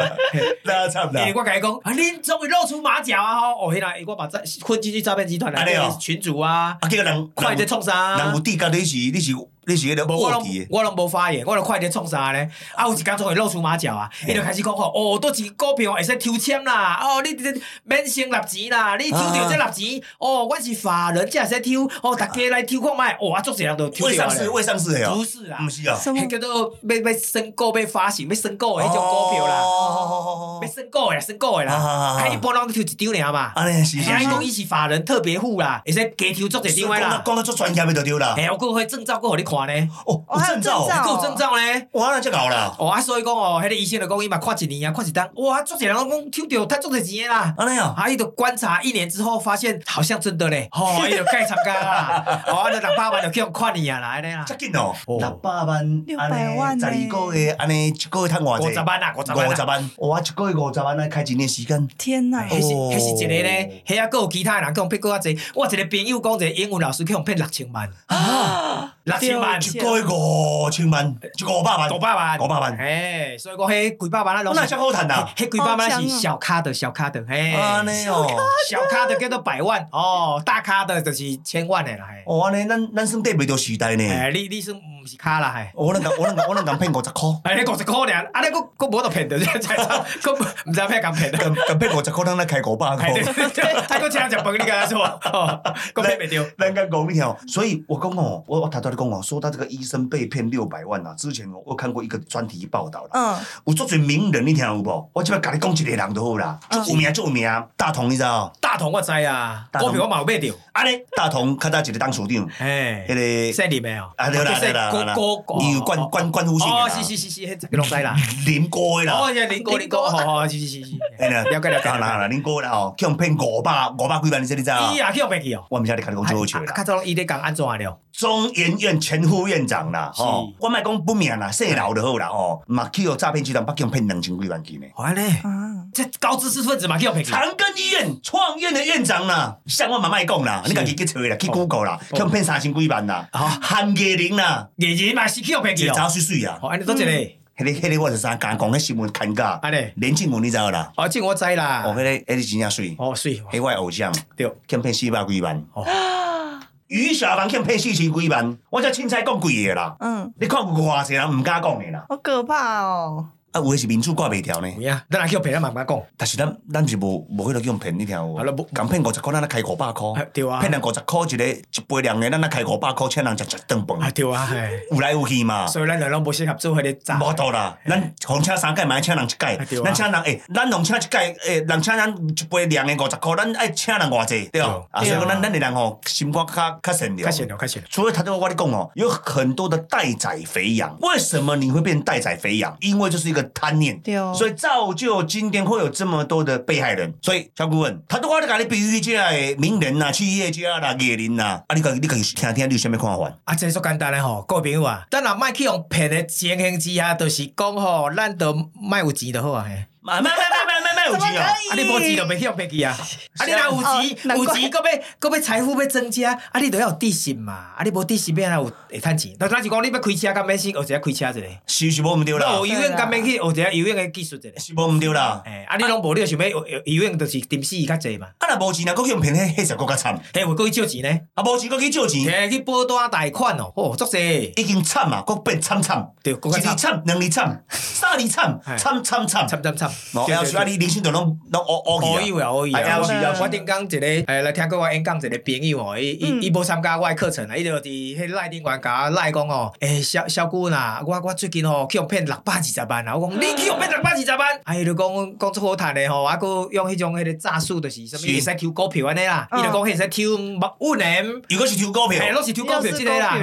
Speaker 2: 那差不多
Speaker 3: 诶、。
Speaker 1: 哎
Speaker 3: 我甲伊讲，啊，恁终于露出马脚啊！吼，哦，迄啦，欸我把诈混进去诈骗集团
Speaker 2: 安尼
Speaker 3: 来
Speaker 2: 哦
Speaker 3: 群主啊，
Speaker 2: 啊，这个人
Speaker 3: 快点
Speaker 2: 人
Speaker 3: 创啥啊？
Speaker 2: 人有地甲你是你是你是迄个
Speaker 3: 无我
Speaker 2: 卧
Speaker 3: 拢
Speaker 2: 底的。
Speaker 3: 我拢无发言，我拢快点创啥咧？啊，有一工终于露出马脚啊！伊就开始讲吼，哦，倒一股票会使抽签啦，哦，你这免先立钱啦，你抽着这立钱，
Speaker 2: 啊
Speaker 3: 哦，我是法人，才会使抽，哦，大家来抽看卖，哦，啊，足侪人都抽
Speaker 2: 未
Speaker 3: 着
Speaker 2: 上市，
Speaker 3: 咧。
Speaker 2: 未上市的哦，
Speaker 3: 不是啊
Speaker 2: 不是啊，
Speaker 1: 什么
Speaker 3: 迄叫做要要申购、要发行、要申购的迄种股票啦。
Speaker 2: 哦
Speaker 3: 要申购的啦，申购的啦，
Speaker 2: 啊啊啊啊
Speaker 3: 啊，一般拢抽一张尔嘛。
Speaker 2: 安尼是啊是
Speaker 3: 哎，伊
Speaker 2: 是
Speaker 3: 讲伊是法人特别户啦，会使加抽足侪张的啦。
Speaker 2: 讲到做专业的就对啦。
Speaker 3: 哎，我佫会证照，佫互你看呢，
Speaker 2: 哦，有
Speaker 1: 还有
Speaker 2: 证照
Speaker 1: 证照
Speaker 2: 哦，
Speaker 3: 佫有证照呢。
Speaker 2: 哇，那就搞啦。
Speaker 3: 哦啊，所以讲哦，迄个医生就讲伊嘛看一年啊，看一单，哇，足侪人拢讲抽着，趁足侪钱的啦。
Speaker 2: 安尼哦，
Speaker 3: 啊，伊就观察一年之后，发现好像真的 嘞， 吼，伊就该参加啦，哦，啊，就六百万就去用看你啊啦，安尼啦，
Speaker 2: 这紧哦，
Speaker 3: 哦
Speaker 2: 六百万，
Speaker 1: 600万
Speaker 2: 十
Speaker 1: 呢
Speaker 2: 二个月，安尼一个月赚偌
Speaker 3: 五十
Speaker 2: 济？
Speaker 3: 万啊，五十万
Speaker 2: 五
Speaker 3: 啊
Speaker 2: 十。万，哇，一个月五十万，来开一年时间。
Speaker 1: 天哪！
Speaker 3: 迄是
Speaker 2: 哦
Speaker 3: 迄是一个咧，迄啊，佫有其他人讲骗佫较济。我一个朋友讲，一个英文老师去互骗六千万，
Speaker 2: 啊
Speaker 3: 六千万，
Speaker 2: 一个月五千万，就五百万，
Speaker 3: 啊五百万，
Speaker 2: 五百万，
Speaker 3: 哎，所以讲迄几百万啊，拢
Speaker 2: 那
Speaker 3: 是
Speaker 2: 才好赚啦。
Speaker 3: 迄几百万是
Speaker 1: 好强哦
Speaker 3: 小咖的，小咖的，嘿，
Speaker 2: 安尼哦，
Speaker 3: 小咖的叫做百万哦，大咖的就是千万的啦，嘿。
Speaker 2: 哦安尼，咱咱算对袂到时代呢。哦
Speaker 3: 哎，你你是唔毋是卡啦，嘿。
Speaker 2: 我能讲，我能讲，我能讲骗五十 块，
Speaker 3: 哎，你五十块尔，啊，你佫佫无得骗着，才才佫毋知咩咁骗着。
Speaker 2: 讲讲骗五十块，咱来开五百
Speaker 3: 哎，
Speaker 2: 块
Speaker 3: 对。对对，啊，佫请人食饭，你敢说？哦，佫骗袂着。
Speaker 2: 咱刚讲你哦，所以我讲哦，我我头头咧讲哦，说到这个医生被骗六百万啊，之前我我看过一个专题报道啦，
Speaker 1: 嗯，
Speaker 2: 有足侪名人，你听有无？我即摆甲你讲一个人就好啦，
Speaker 1: 嗯
Speaker 2: 有名就有名，啊大同你知道？
Speaker 3: 大同我知啊，
Speaker 2: 大同
Speaker 3: 股票我嘛有买着。
Speaker 2: 安尼大同较早一个当处长，
Speaker 3: 哎，
Speaker 2: 迄个
Speaker 3: 姓林诶哦。
Speaker 2: 啊对啦对啦，
Speaker 3: 高
Speaker 2: 对啦
Speaker 3: 高高，
Speaker 2: 你有冠冠冠夫姓的
Speaker 3: 哦，
Speaker 2: 啦
Speaker 3: 是是是是，迄个拢知啦。
Speaker 2: 林哥的
Speaker 3: 哦，
Speaker 2: 啦，
Speaker 3: 是林哥林哥，哦哦，是是是是。
Speaker 2: 哎呀，
Speaker 3: 了解了解
Speaker 2: 啦啦，林哥啦哦，去互骗五百五百几万，你知你知道？
Speaker 3: 伊也去互骗去哦。
Speaker 2: 我毋知你甲你讲最好笑的
Speaker 3: 啊
Speaker 2: 啦
Speaker 3: 啊。较早拢伊咧讲安怎了？
Speaker 2: 中研院前副院长啦，
Speaker 3: 是哎
Speaker 2: 吼、我莫讲本名啦，姓刘就好啦，吼、嘛去互诈骗集团北京骗两千几万去呢。
Speaker 3: 好安尼，
Speaker 1: 啊，
Speaker 3: 这高知识分子嘛去互骗哦去。
Speaker 2: 长庚医院创院的院长啦，向我嘛莫讲啦，
Speaker 3: 是
Speaker 2: 你家己去找啦，去
Speaker 3: 哦
Speaker 2: Google 啦，
Speaker 3: 哦
Speaker 2: 去骗三千几万啦，
Speaker 3: 啊
Speaker 2: 韩艺玲啦，
Speaker 3: 艺人嘛是去互骗
Speaker 2: 一
Speaker 3: 去
Speaker 2: 个
Speaker 3: 哦。嗯
Speaker 2: 查水水啊，
Speaker 3: 好，安尼多一个，
Speaker 2: 迄个迄个我是啥敢讲，迄新闻看噶，
Speaker 3: 安尼。
Speaker 2: 连静文你知道啦，
Speaker 3: 哦，这我知啦。
Speaker 2: 哦，迄个迄个真正水，
Speaker 3: 哦，水
Speaker 2: 迄我的偶像，
Speaker 3: 对，
Speaker 2: 欠骗四百几万，
Speaker 3: 哦，
Speaker 2: 于小凡欠骗四千几万，我才凊彩讲几个啦，
Speaker 1: 嗯，
Speaker 2: 你看有偌济人毋敢讲的啦，
Speaker 1: 好可怕哦。
Speaker 2: 啊，有的是民主挂袂掉呢。
Speaker 3: 有影，咱若去互骗，咱慢慢讲。
Speaker 2: 但是咱咱是无无迄个叫人骗，你听有
Speaker 3: 啊咱无
Speaker 2: 无？共骗五十箍，咱咧开五百箍
Speaker 3: 啊，对啊
Speaker 2: 骗人五十箍一个一杯凉的，咱咧开五百箍，请人食一顿
Speaker 3: 啊，
Speaker 2: 饭，
Speaker 3: 对啊，嘿。
Speaker 2: 有来有去嘛。
Speaker 3: 所以咱两拢无适合做迄个渣。
Speaker 2: 无度啦，咱红请三届，嘛爱请人一
Speaker 3: 啊
Speaker 2: 届
Speaker 3: 对啊，
Speaker 2: 咱请人诶，咱红请一届诶，人请咱一杯凉诶五十箍，咱爱请人偌济，对
Speaker 3: 对
Speaker 2: 哦。啊，所
Speaker 1: 对
Speaker 2: 以讲
Speaker 1: 啊
Speaker 2: 咱咱诶人吼，心肝较较善
Speaker 3: 开
Speaker 2: 良。
Speaker 3: 始了，开始了。
Speaker 2: 所以他对我跟你讲哦，有很多的待宰肥羊。为什么你会变待宰肥羊？因为就是一个贪念，
Speaker 1: 对哦
Speaker 2: 所以造就今天会有这么多的被害人。所以小顾问，他对我咧甲你比喻这些的名人呐、啊、企业家啦、艺人呐、啊，啊，你家己你家己听听，你有啥物看法？
Speaker 3: 啊，这足简单诶吼，各位朋友啊，咱若莫去用骗诶情形之下，就是讲吼，咱都莫有钱就好啊嘿。
Speaker 2: 慢慢慢慢慢慢慢有
Speaker 1: 怎么可
Speaker 2: 钱哦。
Speaker 1: 以？
Speaker 3: 啊，你无钱就袂去用骗去啊。啊，你若有
Speaker 1: 哦
Speaker 3: 钱，
Speaker 1: 难
Speaker 3: 有
Speaker 1: 怪
Speaker 3: 钱，搁要搁要财富要增加，啊，你就要有底线嘛。啊，你无底线，要哪有会趁钱？那咱是讲你要开车，敢免先学一下开车一个。
Speaker 2: 是是无毋对啦
Speaker 3: 那，学游
Speaker 1: 对
Speaker 3: 泳，
Speaker 1: 啦
Speaker 3: 敢免去学一下游泳诶技术一个。
Speaker 2: 是无毋对啦。
Speaker 3: 诶，啊，你拢无，你就想要游游泳，就是沉死伊较济嘛。
Speaker 2: 啊，若无钱，若佫去用骗，迄迄实佫较惨。
Speaker 3: 嘿，有搁去借钱呢？
Speaker 2: 啊，无钱佫去借钱，
Speaker 3: 嘿，去保单贷款哦，哦，足济。
Speaker 2: 已经惨啊，佫变惨惨，
Speaker 3: 对，搁较
Speaker 2: 一
Speaker 3: 惨
Speaker 2: 年惨，两年惨，三年惨，
Speaker 3: 哎
Speaker 2: 惨惨惨。
Speaker 3: 惨惨惨。
Speaker 2: 哦，
Speaker 3: 对
Speaker 2: 要
Speaker 3: 对
Speaker 2: 是啊，
Speaker 3: 对
Speaker 2: 你人生就拢拢乌乌
Speaker 3: 可
Speaker 2: 去
Speaker 3: 以
Speaker 2: 啊。
Speaker 3: 啊，可以
Speaker 2: 哎
Speaker 3: 啊！
Speaker 2: 要
Speaker 3: 我
Speaker 2: 是要是
Speaker 3: 我顶工一个，诶，来听过我演讲一个朋友哦，伊
Speaker 1: 嗯
Speaker 3: 伊伊无参加我的课程啊，伊就伫迄赖顶员甲我赖讲哦，诶，小小姑呐，我我最近哦去互骗六百二十万啊，我讲你去互骗六百二十万，啊，伊就讲讲出好趁的吼，啊，佮用迄种迄个诈术，就是什物
Speaker 2: 是
Speaker 3: 会使抽股票安尼啦，伊
Speaker 1: 嗯
Speaker 3: 就讲迄使抽五年。
Speaker 2: 如果是抽股票
Speaker 3: 嘿，，拢是抽股票即个啦，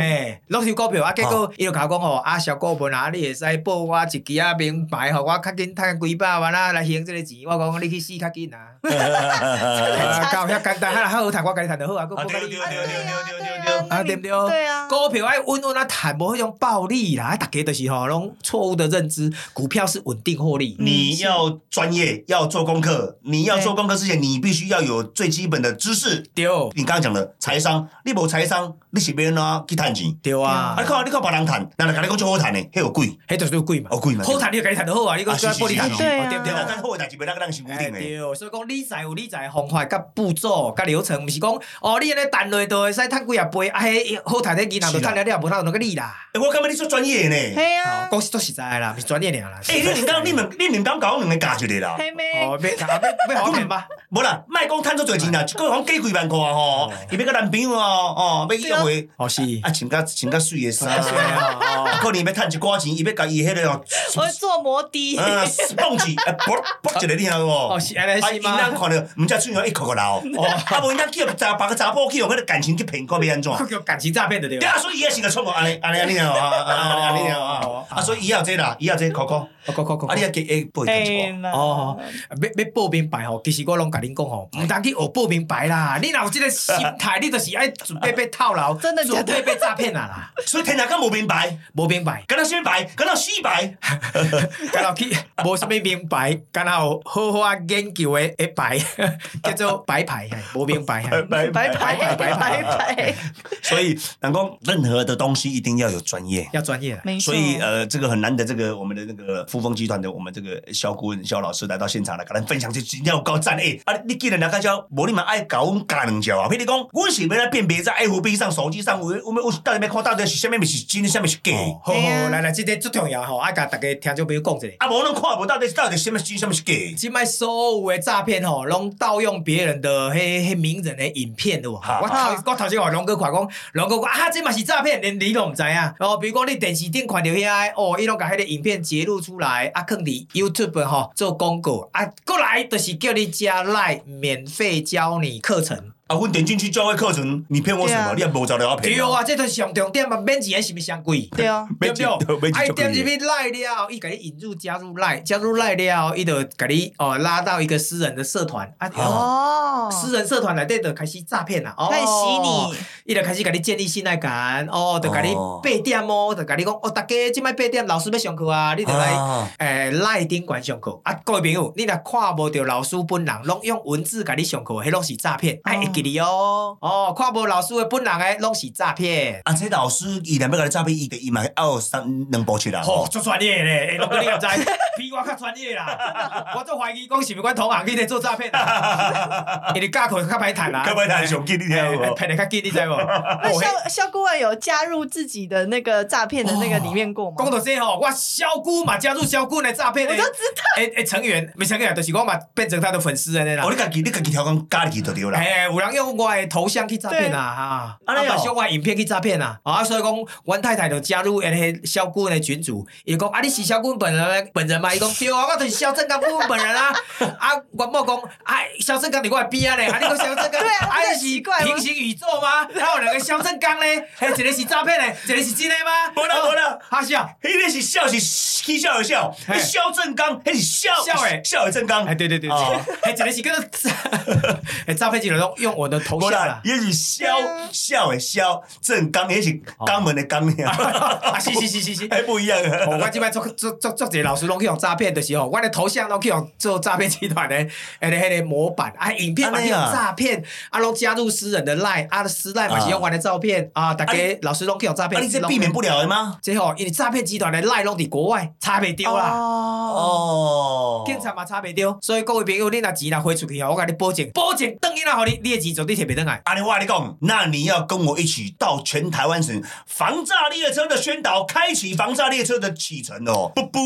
Speaker 1: 又是股票
Speaker 3: 嘿，拢是抽股票啊。结果伊就甲我讲吼，啊，小股份啊，你会使报我一支啊名牌，吼，我较紧趁几百万啊来还即个钱。我讲你去死较紧啊！啊，搞遐简单，遐好趁，我家己趁就好啊。
Speaker 2: 啊
Speaker 3: 佮
Speaker 2: 对
Speaker 3: 佮
Speaker 2: 对
Speaker 3: 你
Speaker 2: 对
Speaker 1: 啊对啊
Speaker 2: 对对对对
Speaker 1: 对
Speaker 2: 对
Speaker 1: 啊，那
Speaker 3: 啊对不
Speaker 1: 你
Speaker 3: 对
Speaker 1: 对啊，
Speaker 3: 股票爱稳稳啊趁，无迄种暴利啦，大家就是吼，拢错误的认知，股票是稳定获利。
Speaker 2: 你要专业，要做功课。你要做功课之前，你必须要有最基本的知识。
Speaker 3: 对
Speaker 2: 你刚刚讲的财商，你无财商，你是要哪去趁钱？
Speaker 3: 对啊
Speaker 2: 啊，你，看你看别人趁，人来甲你讲最好趁的，迄有鬼。
Speaker 3: 迄就是贵嘛
Speaker 2: 哦贵嘛，对
Speaker 3: 好趁你就家己趁就好啊，你讲
Speaker 2: 啊
Speaker 3: 做
Speaker 2: 是
Speaker 3: 玻璃
Speaker 2: 是
Speaker 3: 趁
Speaker 2: 是
Speaker 1: 对
Speaker 3: 哦
Speaker 1: 啊
Speaker 3: 对不
Speaker 2: 对
Speaker 3: 对
Speaker 2: 啦，咱好的代志袂咱咱是固
Speaker 3: 哎
Speaker 2: 定的。
Speaker 3: 对，所以讲理财有理财的方法甲步骤甲流程，毋是讲哦，你安尼赚落就会使趁几啊倍，啊，迄好趁迄囡仔就趁了了，无趁有那个你啦。
Speaker 2: 哎诶，我感觉你做专业呢。哎
Speaker 1: 嘿
Speaker 3: 哦
Speaker 1: 呀，，
Speaker 3: 讲是做实在的啦，毋是专业尔啦。
Speaker 2: 诶，你两刚你两你两刚搞两个教一个啦。
Speaker 1: 黑妹，
Speaker 3: 哦，别啊别别好骗吧。
Speaker 2: 无啦，莫讲趁足侪钱啦，一个月讲加几万块啊吼
Speaker 3: 哦，
Speaker 2: 伊要甲男朋友哦，哦，要约会，
Speaker 3: 哦是。
Speaker 2: 啊，穿甲穿甲水的衫，啊
Speaker 3: 哦
Speaker 2: 可能要趁一寡钱，伊要甲伊迄个哦
Speaker 1: 我会坐摩的，
Speaker 3: 哎
Speaker 2: 啊，蹦起，啊，啵啵一个你听有无？
Speaker 3: 哦是安尼
Speaker 2: 啊，
Speaker 3: 是
Speaker 2: 因
Speaker 3: 吗
Speaker 2: 咱看着，毋则出现一哭哭闹，啊，无因咱去互查别个查甫去用迄个感情去骗，看要安怎？
Speaker 3: 叫感情诈骗的对
Speaker 2: 对啊，所以伊也是个冲动，安尼安尼安尼啊，啊啊安尼啊，啊，所以伊也这啦，伊也这哭哭，啊，
Speaker 3: 哦，讲讲讲
Speaker 2: 你也给诶背一
Speaker 1: 啦
Speaker 3: 哦，要要报名牌吼，其实我拢甲恁讲吼，毋通去学报名牌 啦。你若有即个心态，你就是爱准备被套 牢，
Speaker 1: 真的假
Speaker 3: 准
Speaker 1: 的
Speaker 3: 备被诈骗啊啦。
Speaker 2: 所以天下敢无明白，
Speaker 3: 无名牌，
Speaker 2: 敢若啥物白，敢若死白，
Speaker 3: 敢若去无啥物名牌，敢若有好好啊研究的一牌， 叫做白牌，嘿无明 白。嘿
Speaker 2: 拜
Speaker 1: 拜拜
Speaker 3: 拜拜
Speaker 1: 拜拜，
Speaker 2: 所以，南宫任何的东西一定要有专业。
Speaker 3: 要专业了。
Speaker 1: 没错
Speaker 2: 所。以呃，这个很难得，这个我们的那个富丰集团的我们这个肖顾问肖老师来到现场来，跟咱分享这真正有高赞诶、欸！啊，你既然来个叫，无你嘛爱搞阮教两招啊！譬如讲，阮是要来辨别在 FB 上、手机上，我我们我到底要看到底是什么是真，什么是假的。
Speaker 3: 哦好
Speaker 1: 对
Speaker 3: 好，
Speaker 1: 啊
Speaker 3: 来来，这个最重要吼，啊，甲大家听众朋友讲一下。
Speaker 2: 啊，无咱看无到底到底什么是真，什么是假的。
Speaker 3: 即摆所有的诈骗吼，拢盗用别人的迄迄名人的影片的喎。
Speaker 2: 哈
Speaker 3: 我
Speaker 1: 哈
Speaker 3: 头我头先话龙哥看讲，龙哥讲啊，这嘛是诈骗，连你都毋知影。哦，比如讲你电视顶看到遐，哦，伊拢甲迄个影片截录出来，啊，放伫 YouTube 吼、做广告，啊，过来就是叫你加来免费教你课程。
Speaker 2: 啊，阮点进去教会课程，你骗我什
Speaker 1: 对
Speaker 2: 么？
Speaker 1: 啊
Speaker 2: 你也无找到我
Speaker 3: 对
Speaker 2: 骗我。
Speaker 3: 啊，这都是上重点嘛，免钱是毋是上贵？
Speaker 1: 对哦，
Speaker 2: 没
Speaker 3: 对不
Speaker 2: 钱
Speaker 3: 对？
Speaker 2: 没钱
Speaker 3: 啊，伊
Speaker 2: 就
Speaker 3: 点
Speaker 2: 可以
Speaker 3: 入去赖了，伊甲你引入加入赖，加入赖了，伊就甲你哦拉到一个私人的社团啊，哦，
Speaker 1: 哦，
Speaker 2: 啊
Speaker 3: 私人社团内底就开始诈骗啦，哦，
Speaker 1: 开始洗，
Speaker 3: 伊就开始甲你建立信赖感，哦，就甲你
Speaker 2: 哦
Speaker 3: 八点哦，就甲你讲哦，大家即摆八点老师要上课啊，你就来。
Speaker 2: 啊
Speaker 3: 诶，赖顶管上课啊，各位朋友，你若看无到老师本人，拢用文字甲你上课，迄拢是诈骗，哎、会记你哦。哦，看无老师的本人诶，拢是诈骗。
Speaker 2: 啊，这老师伊若要甲你诈骗，伊个伊嘛要三两步出来。
Speaker 3: 吼，足哦专业咧， 欸，龙哥你也知，比我较专业 啦。我足怀疑讲是毋是阮同行去咧做诈骗啦， 因为教课较歹趁啦，啊
Speaker 2: 较歹趁上 紧你听有无
Speaker 3: 欸骗得较紧，你知无？
Speaker 1: 那
Speaker 2: 哎
Speaker 3: 哦嘿
Speaker 1: 肖肖顾问有加入自己的那个诈骗的那个里面过
Speaker 2: 哦
Speaker 1: 吗？
Speaker 3: 讲到这吼，我小姑嘛加入小姑的诈骗的
Speaker 1: 我就知道，
Speaker 3: 诶诶成员，没想起来，就是我嘛变成他的粉丝安尼啦
Speaker 2: 哦，。你家己你家己调讲家己就对啦。
Speaker 3: 哎，有人用我的头像去诈骗啊，哈，
Speaker 2: 安
Speaker 3: 啊，
Speaker 2: 尼哦
Speaker 3: 嘛是用我的影片去诈骗啊，啊，所以讲，阮太太就加入迄个萧顾问的群组，伊讲啊，你是萧顾问本人本人吗？伊讲对啊，我就是萧正刚顾问本人啊，啊，阮某讲啊，萧正刚伫我的边啊咧，啊，你讲萧正刚，
Speaker 1: 对啊
Speaker 3: 啊，
Speaker 1: 这
Speaker 3: 你
Speaker 1: 很
Speaker 3: 是
Speaker 1: 奇怪吗
Speaker 3: 平行宇宙吗？啊还有两个萧正刚咧，嘿，一个是诈骗的，一个是真的吗？
Speaker 2: 没啦
Speaker 3: 哦
Speaker 2: 没啦
Speaker 3: 哈是啊，
Speaker 2: 迄个是笑是嬉笑而笑，
Speaker 3: 嘿
Speaker 2: 那笑正刚，迄是笑
Speaker 3: 哎笑诶
Speaker 2: 笑而正刚。
Speaker 3: 哎，对对对，
Speaker 2: 哦
Speaker 3: 对哎，一个是叫做诈， 哎，诈骗集团用用我的头
Speaker 2: 无
Speaker 3: 像
Speaker 2: 啦
Speaker 3: 啊啦，，哦
Speaker 2: 也是笑
Speaker 1: 对
Speaker 3: 嗯
Speaker 1: 啊
Speaker 2: 笑诶笑正刚，也是肛门的 肛呀，
Speaker 3: 啊，是是是是是。
Speaker 2: 还不一样
Speaker 3: 哦，
Speaker 2: 啊。
Speaker 3: 我即摆做做做做一个老师拢去用诈骗的时候，我的头像拢去用做诈骗集团的诶迄个模板，啊，影片嘛去用诈骗，啊，拢加入私人的 line，啊，私 line 嘛是用我的照片，啊，大家老师拢去用诈
Speaker 2: 啊，
Speaker 3: 骗，
Speaker 2: 你这避免不了的吗？
Speaker 3: 最后，因为诈骗集团的 line 拢伫国外，查袂丢啦。
Speaker 1: 哦，
Speaker 2: 哦，
Speaker 3: 警察嘛查袂着，所以各位朋友，你若钱若花出去哦吼，我甲你保证，保证等伊啦，互你，你的钱绝对摕袂转来。
Speaker 2: 阿你我跟你讲，那你要跟我一起到全台湾省防诈列车的宣导，开启防诈列车的启程哦！不不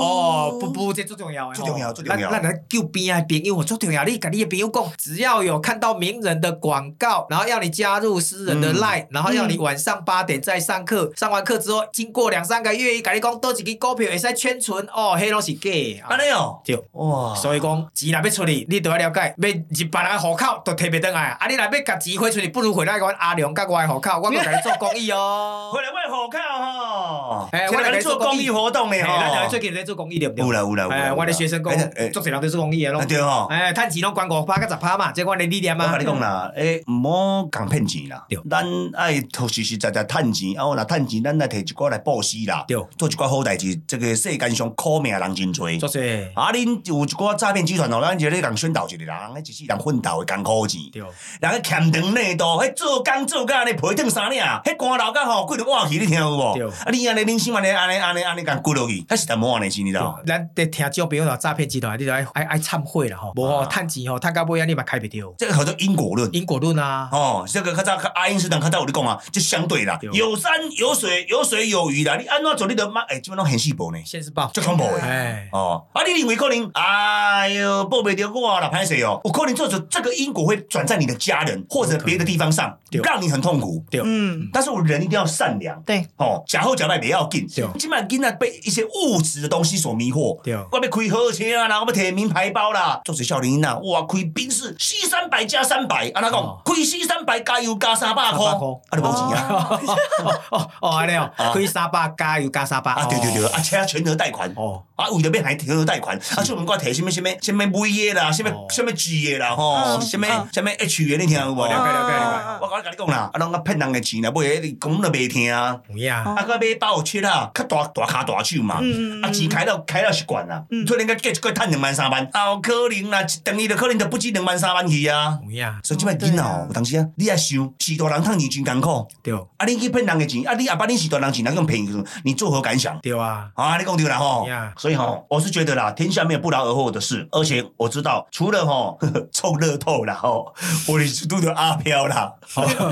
Speaker 3: 哦，不，不，这最重要诶，
Speaker 2: 最重要
Speaker 3: 吼
Speaker 2: 最重要
Speaker 3: 咱咱来救边啊朋友，最重要。你甲你的朋友讲，只要有看到名人的广告，然后要你加入私人的
Speaker 2: 嗯
Speaker 3: line，、然后要你晚上八点再上课，上完课之后，经过两三个月，伊甲你讲倒一支股票会使圈存，哦，迄拢是假的。
Speaker 2: 阿
Speaker 3: 啊
Speaker 2: 你哦，
Speaker 3: 对，
Speaker 2: 哇，
Speaker 3: 所以讲钱若要出去，你都要了解，要入别人的户口都摕袂倒来啊！啊，你若要甲钱花出去，不如回来阮阿良甲我的户口，我阁甲你做公益 哦。
Speaker 2: 回来为好看哈，
Speaker 3: 哎
Speaker 2: 现在
Speaker 3: 我来
Speaker 2: 在
Speaker 3: 给你
Speaker 2: 做
Speaker 3: 做
Speaker 2: 公益活动呢
Speaker 3: 哎，咱两
Speaker 2: 哦
Speaker 3: 个。最近在做公益对不对？
Speaker 2: 有啦有啦有啦
Speaker 3: 哎，我的学生讲
Speaker 2: 哎哎，
Speaker 3: 做侪人都做公益的拢
Speaker 2: 啊。对吼，
Speaker 3: 哎，趁钱拢管五趴甲十趴嘛，这款的理念啊
Speaker 2: 我
Speaker 3: 嘛。
Speaker 2: 甲你讲啦，诶，毋好共骗钱啦
Speaker 3: 对，
Speaker 2: 咱爱实实在在趁钱，啊，我若趁钱，咱来摕一寡来报喜啦
Speaker 3: 对，
Speaker 2: 做一寡好代志，这个世间上苦命的人真多。
Speaker 3: 做些
Speaker 2: 啊，恁有一寡诈骗集团哦，咱就咧共宣导一个啦，人迄一世人奋斗会艰苦钱，
Speaker 3: 对，
Speaker 2: 人迄欠长内道，迄做工做甲安尼皮烫三领，迄官老甲吼，规日换去，你听有无？
Speaker 3: 对
Speaker 2: 啊，你安尼恁心安尼安尼安尼安尼共滚落去，迄是淡薄安尼是你知道吗？
Speaker 3: 咱得听少，比如说诈骗集团，你就爱爱爱忏悔啦吼，无吼
Speaker 2: 啊
Speaker 3: 趁钱吼，趁到尾啊你嘛开袂着，
Speaker 2: 这个叫做因果论。
Speaker 3: 因果论啊。
Speaker 2: 哦，这个较早爱因斯坦较早有咧讲啊，就相对啦
Speaker 3: 对，
Speaker 2: 有山有水，有水有鱼啦，你安怎做你都妈，哎、基本拢很细薄呢，
Speaker 3: 现世报，
Speaker 2: 足恐怖的。
Speaker 3: 哎，
Speaker 2: 哦，啊！你认为可能，哎呦，报袂着我啦，歹势哦，有可能做出这个因果会转在你的家人或者别的地方上，
Speaker 3: 对
Speaker 2: 让你很痛苦。
Speaker 3: 对
Speaker 1: 嗯，
Speaker 2: 但是我人一定要善良，
Speaker 1: 对，
Speaker 2: 哦，假后假歹不要紧
Speaker 3: 对。
Speaker 2: 起码囡仔被一些物质的东西所迷惑，
Speaker 3: 对
Speaker 2: 我要开好车啊，然后要摕名牌包啦，做水少年囡仔，啊哇，开宾士 C 三百加三百，啊，那讲
Speaker 3: 哦
Speaker 2: 开 C 三百加油加三百块，
Speaker 3: 300块
Speaker 2: 啊，你无钱啊？
Speaker 1: 哦
Speaker 3: 哦哦哦，安尼哦，开三百加油加三百，
Speaker 2: 啊，对对对，
Speaker 3: 哦
Speaker 2: 啊，车全额贷款。
Speaker 3: 哦，
Speaker 2: 啊，为着要还全额贷款，啊，出门我摕什么什么什么尾的啦，什么
Speaker 3: 哦
Speaker 2: 什么 G 的啦，吼，
Speaker 1: 嗯
Speaker 2: 什么
Speaker 1: 嗯
Speaker 2: 什么 A H 元，你听有无？我
Speaker 3: 了解了解了
Speaker 1: 啊
Speaker 2: 我甲你讲啦，啊，拢个骗人的钱啦，买迄个讲都袂听啊，
Speaker 3: 解，有影啊，
Speaker 2: 啊，个买包七啦，较大大骹大手嘛，
Speaker 1: 嗯
Speaker 2: 啊，钱开到开到习惯啦
Speaker 1: 嗯，
Speaker 2: 啊突然间计一个月趁两万三万，啊，有可能啦，一等伊就可能就不止两万三万去啊。
Speaker 3: 有影，
Speaker 2: 所以即摆囡
Speaker 1: 哦对
Speaker 2: 仔哦
Speaker 1: 啊，
Speaker 2: 有当时啊，你也想，是大人趁钱真艰苦，
Speaker 3: 对
Speaker 2: 啊，你去骗人的钱，啊，你阿爸你是大人钱，人用骗你，你作何感想？
Speaker 3: 对 啊，
Speaker 2: 啊，你讲对了吼
Speaker 3: Yeah
Speaker 2: 所以吼，我是觉得啦，天下没有不劳而获的事，而且我知道，除了吼 中乐透啦吼，我也是拄着阿飘啦，